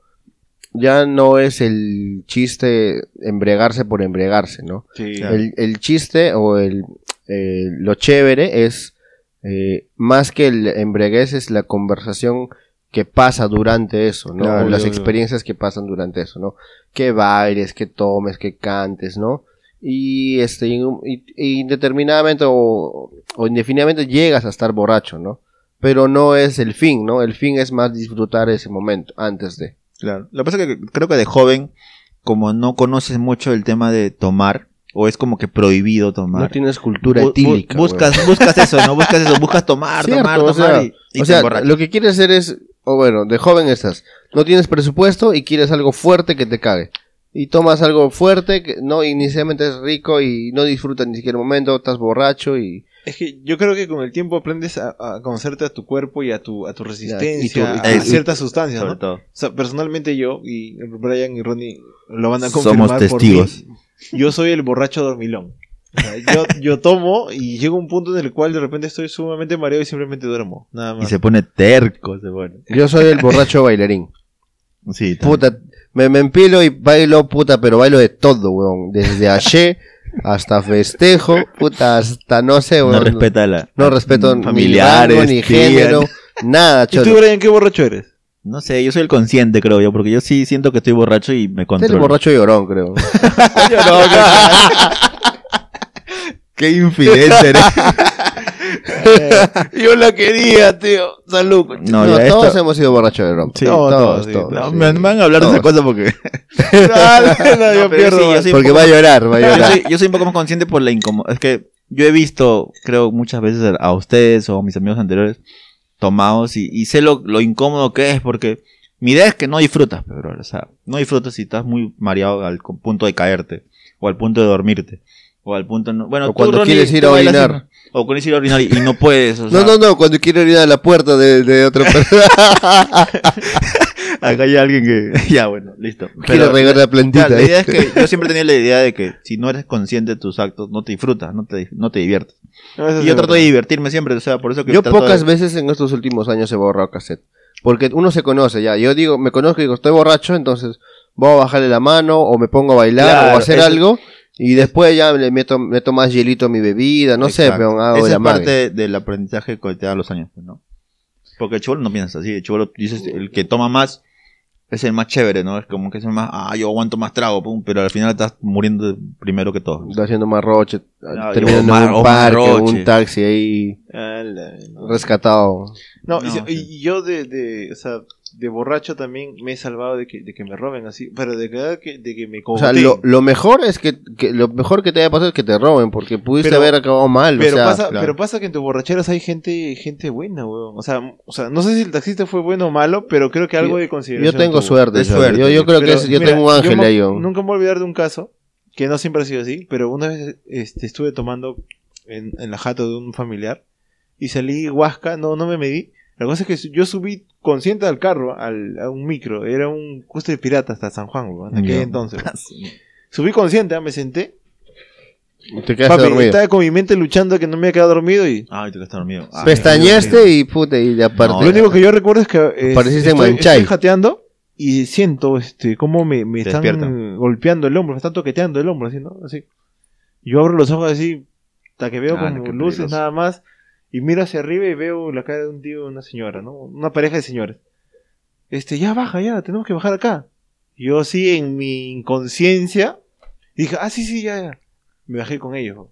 ya no es el chiste embriagarse por embriagarse, ¿no?
Sí.
Claro.
El, el chiste o el, eh, lo chévere es, eh, más que el embriaguez, es la conversación que pasa durante eso, ¿no?
Claro,
Las
obvio, obvio.
experiencias que pasan durante eso, ¿no? Que bailes, que tomes, que cantes, ¿no? Y este, y, y indeterminadamente o, o indefinidamente llegas a estar borracho, ¿no? Pero no es el fin, ¿no? El fin es más disfrutar ese momento antes de.
Claro. Lo que pasa es que creo que de joven, como no conoces mucho el tema de tomar, o es como que prohibido tomar.
No tienes cultura
Bu- bu-
etílica. weón.
buscas, buscas eso, no buscas eso, buscas tomar,
Cierto,
tomar,
o
tomar
sea,
y, y
o
te
sea,
emborrachas.
lo que quieres hacer es, o bueno, de joven estás, no tienes presupuesto y quieres algo fuerte que te cague. Y tomas algo fuerte que no inicialmente es rico y no disfrutas ni siquiera el momento, estás borracho y,
Es que yo creo que con el tiempo aprendes a, a conocerte a tu cuerpo y a tu, a tu resistencia
y tu-
a
y-
ciertas sustancias,
Sobre
¿no?
todo.
O sea, personalmente yo, y Brian y Ronnie lo van a
Somos
confirmar por
testigos.
mí, yo soy el borracho dormilón. O sea, yo, yo tomo y llega un punto en el cual de repente estoy sumamente mareado y simplemente duermo. Nada
Y
más.
se pone terco, se pone.
yo soy el borracho bailarín.
Sí, también.
Puta, me, me empilo y bailo, puta, pero bailo de todo, weón. Desde ayer hasta festejo, puta, hasta no sé,
no
weón.
respeta la. mm,
No respeto ni
familiares,
rango, ni
tías.
género, nada,
¿Y tú,
cholo. Este
Brian, qué borracho eres?
No sé, yo soy el consciente, creo yo, porque yo sí siento que estoy borracho y
Este
me
es
controlo.
el borracho llorón, creo.
Qué infidente eres.
yo la quería, tío. Salud.
No,
No,
ya
todos
esto.
hemos sido borrachos de Roma.
Sí,
todos,
todos,
sí,
todos,
No,
sí.
me me van a hablar de esa
Todos.
cosa porque.
yo
No, pero
pierdo.
sí, yo
man.
soy un
Porque
poco-
va a llorar, va a
yo,
llorar.
soy, yo soy un poco más consciente por la incomodidad. Es que yo he visto, creo, muchas veces a ustedes o a mis amigos anteriores tomados y, y sé lo, lo incómodo que es porque mi idea es que no disfrutas, Pedro. O sea, no disfrutas si estás muy mareado al co- punto de caerte o al punto de dormirte. O al punto... no- Bueno,
O
tú,
cuando quieres ir
tú
a
bailas
orinar.
en- O cuando quieres ir a orinar y, y no puedes. O sea,
No, no, no, cuando quiero ir a la puerta de, de otra persona,
Acá hay alguien que... ya, bueno, listo.
quiero regar la plantita.
Claro, la idea es que yo siempre tenía la idea de que si no eres consciente de tus actos, no te disfrutas, no te, no te diviertes.
No, eso
Y
sí,
yo trato de
verdad.
divertirme siempre, o sea, por eso que
Yo
trato de-
pocas veces en estos últimos años he borrado cassette. Porque uno se conoce ya. Yo digo, me conozco y digo, estoy borracho, entonces voy a bajarle la mano o me pongo a bailar
Claro,
o a hacer
eso-
algo. Y después ya le meto, meto más hielito a mi bebida, no sé,
Exacto.
pero hago
Esa
la
es parte
magia.
del aprendizaje que te dan los años, pues, ¿no? Porque el chivolo no piensa así, el chivolo dices, el que toma más es el más chévere, ¿no? Es como que es el más, ah, yo aguanto más trago, pum, pero al final estás muriendo de- primero que todo.
Estoy haciendo más roche,
Claro,
terminando
yo
en
más-
un parque,
roche.
un taxi ahí rescatado.
No, y
No,
se- y,
sí.
yo de, de, o sea, de borracho también me he salvado de que, de que me roben así, pero de que, que- de que me
O sea,
cogoteen.
lo, lo mejor es que, que- lo mejor que te haya pasado es que te roben, porque pudiste
Pero-
haber acabado mal. o
Pero,
sea,
pasa,
claro.
pero pasa que en tus borracheras hay gente gente buena, weón. O sea, m- o sea, no sé si el taxista fue bueno o malo, pero creo que algo de
yo
consideración.
tengo
tuvo.
suerte,
Es
Jordi.
suerte.
Yo, yo creo que
Pero,
es- yo
mira,
tengo un ángel
me-
ahí. yo.
Nunca me voy a olvidar de un caso, que no siempre ha sido así, pero una vez este, estuve tomando en, en la jato de un familiar y salí huasca, no, no me medí. La cosa es que yo subí consciente al carro, al, a un micro, era un coste de pirata hasta San Juan, weón, en aquel
Ya.
entonces. Subí consciente, ah, me senté.
Te quedaste
Papi,
dormido.
estaba con mi mente luchando que no me había quedado dormido y
Ay, te quedaste dormido. Ay,
Pestañaste y puta, y de
No,
lo
parte.
único que yo recuerdo es que eh,
Pareciste
estoy,
Manchay.
estoy jateando y siento este cómo me, me
Te
están
despierta.
golpeando el hombro, me están toqueteando el hombro así, ¿no? Así. Yo abro los ojos así hasta que veo
Ah,
como
qué
luces
peligroso.
nada más y miro hacia arriba y veo la cara de un tío y una señora, ¿no? Una pareja de señores. Este, ya baja, ya, tenemos que bajar acá. Yo sí en mi inconsciencia dije, "Ah, sí, sí, ya, ya." Me bajé con ellos. ¿no?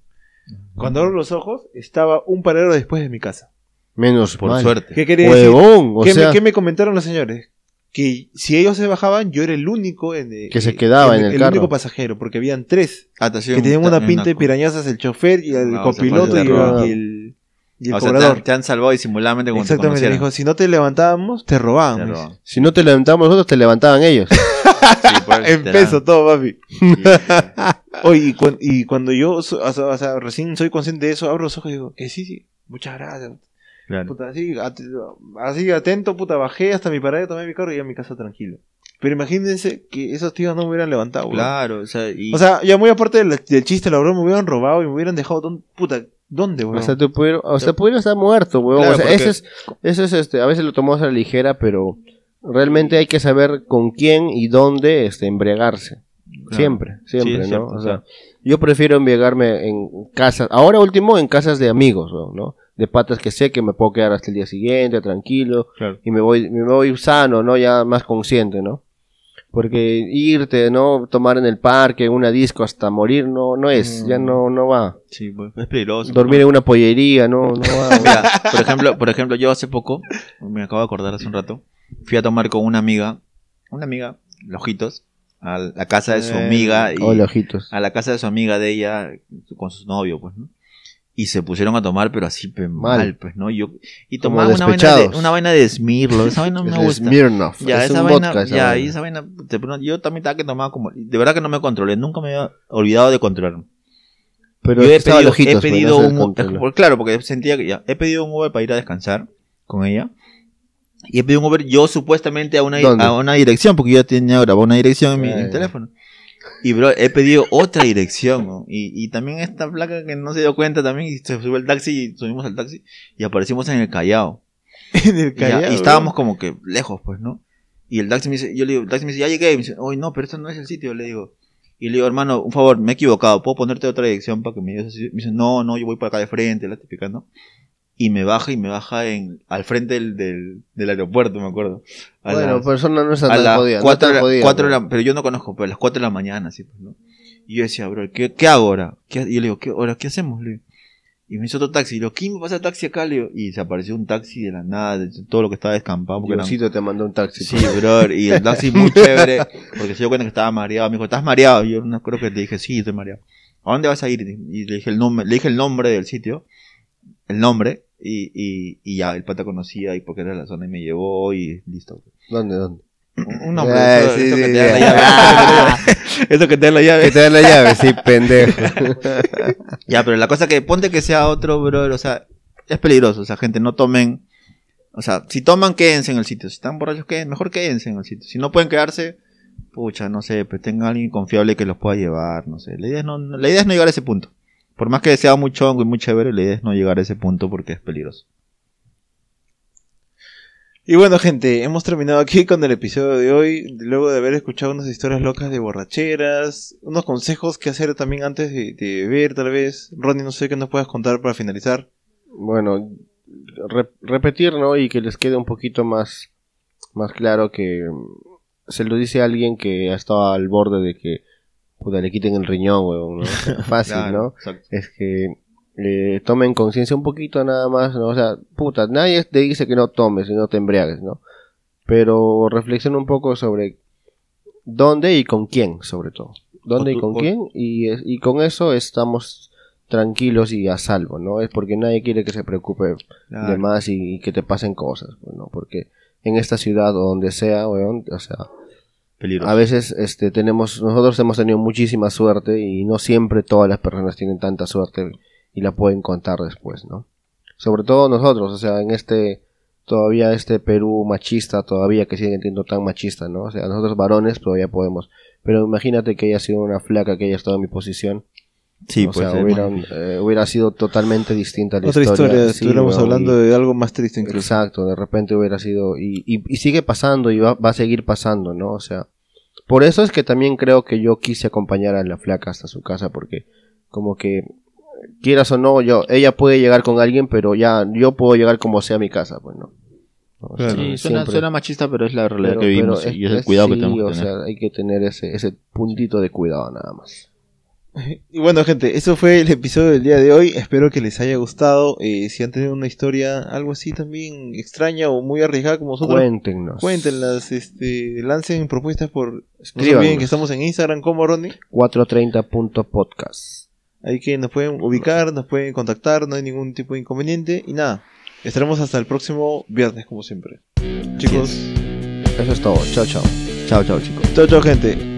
Cuando abro los ojos, estaba un paradero después de mi casa.
Menos
Por
mal.
suerte.
¿Qué quería decir?
Huevón, o
¿Qué,
sea,
me, qué me comentaron los señores? Que si ellos se bajaban, yo era el único en, eh,
Que se quedaba en el carro.
único pasajero, porque habían tres.
Ah, te ha sido
que
un-
tenían
te-
una pinta de
co-
pirañazas, el chofer y el
Ah, o sea,
copiloto
fue
y,
el
terror.
y el, y el
o sea, te,
cobrador.
han- te han salvado disimuladamente como te
Exactamente,
conocieron.
dijo, si no te levantábamos, te robaban.
Te
me
roban.
dice.
si no te levantamos nosotros, te levantaban ellos.
Sí, por el-
En
te
peso todo, papi.
dan-
Oye, y, cuan- y cuando yo so- o sea, o sea, recién soy consciente de eso, abro los ojos y digo, que sí, sí, muchas gracias.
Claro.
Puta, así, at- así atento, puta, bajé hasta mi paradero, tomé mi carro y llegué a mi casa tranquilo. Pero imagínense que esos tíos no me hubieran levantado, weón.
Claro, o sea, y
O sea, ya muy aparte del, del chiste, la broma, me hubieran robado y me hubieran dejado, don- puta, ¿dónde, weón?
O sea, tú pudieron, o sea, pudieron estar muerto, huevón.
Claro,
o sea,
porque-
ese es, ese es este, a veces lo tomamos a la ligera, pero realmente hay que saber con quién y dónde este, embriagarse.
Claro.
Siempre, siempre,
Sí,
¿no?
es cierto,
o sea, yo prefiero embriagarme en casas, ahora último en casas de amigos, huevón, ¿no? De patas que sé que me puedo quedar hasta el día siguiente, tranquilo,
claro.
y me voy, me voy sano, ¿no? Ya más consciente, ¿no? Porque irte, ¿no? Tomar en el parque, en una disco hasta morir, no, no es,
Mm.
ya no, no va.
Sí, pues, es peligroso.
Dormir en una pollería, no, no va. huevón.
Mira, por ejemplo, por ejemplo, yo hace poco, me acabo de acordar hace un rato, fui a tomar con una amiga, una amiga, Lojitos, a la casa de su
Eh,
amiga y
Hola, ojitos.
a la casa de su amiga de ella con su novio, pues, ¿no? Y se pusieron a tomar, pero así pe,
Mal.
mal. pues, ¿no? Y Yo, y
Como
tomaban una vaina de
despechados.
una vaina de esmirlo, esa vaina no me
Es
gusta.
Smirnoff.
Ya,
es
esa
un
vaina,
vodka, esa
ya,
vaina.
y esa vaina, te pronto- yo también estaba que tomaba como, de verdad que no me controlé, nunca me había olvidado de controlarme.
Pero
yo he
estaba
pedido,
lojitos,
he
pues,
pedido
no se
un
controló.
Uber, claro, porque sentía que ya, he pedido un Uber para ir a descansar con ella. Y he pedido un Uber yo supuestamente a una,
¿Dónde?
a una dirección, porque yo tenía grabado una dirección en mi
Ah,
en
ya.
teléfono. Y bro, he pedido otra dirección. ¿no? Y, y también esta placa que no se dio cuenta también, y se sube el taxi y subimos al taxi y aparecimos en el Callao.
en el
Y ya-
callao.
y
weón.
estábamos como que lejos, pues, ¿no? Y el taxi me dice, yo le digo, el taxi me dice, ya llegué. Y me dice, uy, no, pero esto no es el sitio, le digo. Y le digo, hermano, un favor, me he equivocado, ¿puedo ponerte otra dirección para que me digas así? Me dice, no, no, yo voy para acá de frente, la típica, ¿no? Y me baja y me baja en, al frente del, del, del aeropuerto, me acuerdo. A
Bueno,
las-
pero eso no, no está
a
tan
las
jodida.
cuatro
no pues. tan
de la-
jodida,
cuatro de
pero-
la- pero yo no conozco, pero a las 4 de la mañana, así, pues, ¿no? Y yo decía, bro, ¿qué, qué hago ahora? ¿Qué, ha- y yo le digo, ¿qué, ahora, ¿qué hacemos? Le digo. Y me hizo otro taxi. Y le digo, ¿quién me pasa el taxi acá? Le digo, y se apareció un taxi de la nada, de todo lo que estaba descampado. Porque eran-
Diosito te mandó un taxi. pues.
Sí, bro, y el taxi muy chévere, porque se dio cuenta que estaba mareado. Me dijo, ¿estás mareado? Y yo no creo que le dije, sí, estoy mareado. ¿A dónde vas a ir? Y le dije el nombre, le dije el nombre del sitio, el nombre, y, y, y ya, el pata conocía, y porque era la zona, y me llevó, y listo.
¿Dónde, dónde?
Un un hombre.
Ah,
eso,
sí,
eso que
sí,
te da la
sí.
llave. eso que te da la
Que
llave.
te dan la llave, sí, pendejo.
Ya, pero la cosa que ponte que sea otro, brother. O sea, es peligroso. O sea, gente, no tomen. O sea, si toman, quédense en el sitio. Si están borrachos, quédense, mejor quédense en el sitio. Si no pueden quedarse, pucha, no sé, pues tengan a alguien confiable que los pueda llevar, no sé. La idea es no, no- la idea es no llegar a ese punto. Por más que sea muy chongo y muy chévere, la idea es no llegar a ese punto porque es peligroso.
Y bueno, gente, hemos terminado aquí con el episodio de hoy. Luego de haber escuchado unas historias locas de borracheras, unos consejos que hacer también antes de, de ver, tal vez. Ronnie, no sé qué nos puedas contar para finalizar.
bueno, re- repetir, ¿no? Y que les quede un poquito más, más claro que mm, se lo dice a alguien que ha estado al borde de que puta, le quiten el riñón, huevón, ¿no? O sea, Fácil,
Claro,
¿no?
exacto.
es que eh, tomen conciencia un poquito nada más, ¿no? O sea, puta, nadie te dice que no tomes y no te embriagues, ¿no? Pero reflexiona un poco sobre dónde y con quién, sobre todo. ¿Dónde
O
y
tú-
con
o-
quién? Y, es- y con eso estamos tranquilos y a salvo, ¿no? Es porque nadie quiere que se preocupe
Claro.
de más y, y que te pasen cosas, pues, ¿no? Porque en esta ciudad o donde sea, weón, o sea,
Peligroso.
a veces este, tenemos, nosotros hemos tenido muchísima suerte y no siempre todas las personas tienen tanta suerte y la pueden contar después, ¿no? sobre todo nosotros, o sea, en este todavía este Perú machista todavía que siguen siendo tan machista, ¿no? O sea, nosotros varones todavía podemos, pero imagínate que haya sido una flaca que haya estado en mi posición,
Sí,
o
pues.
sea,
eh,
hubieran, eh, hubiera sido totalmente distinta la
Otra
historia.
historia,
Sí,
estuviéramos
weón,
hablando
y-
de algo más triste incluso.
Exacto, de repente hubiera sido. Y, y- y sigue pasando y va, va a seguir pasando, ¿no? O sea, por eso es que también creo que yo quise acompañar a la flaca hasta su casa, porque como que quieras o no, yo ella puede llegar con alguien, pero ya yo puedo llegar como sea a mi casa, pues no. O sea,
Claro.
sí, suena,
siempre-
suena machista, pero es la realidad
pero-
que vivimos
pero
y es el cuidado que
sí,
tenemos que
o
tener.
sea, hay que tener ese, ese puntito de cuidado nada más.
Y bueno, gente, eso fue el episodio del día de hoy. Espero que les haya gustado. Eh, si han tenido una historia algo así también extraña o muy arriesgada como nosotros,
Cuéntenos.
cuéntenlas. Este, lancen propuestas por. No se
Escríbanos.
olviden que estamos en Instagram como Ronnie.
430.podcast.
Ahí que nos pueden ubicar, nos pueden contactar, no hay ningún tipo de inconveniente. Y nada, estaremos hasta el próximo viernes, como siempre. Chicos,
Eso es todo. Chao, chao.
Chao, chao, chicos.
chao, chao, gente.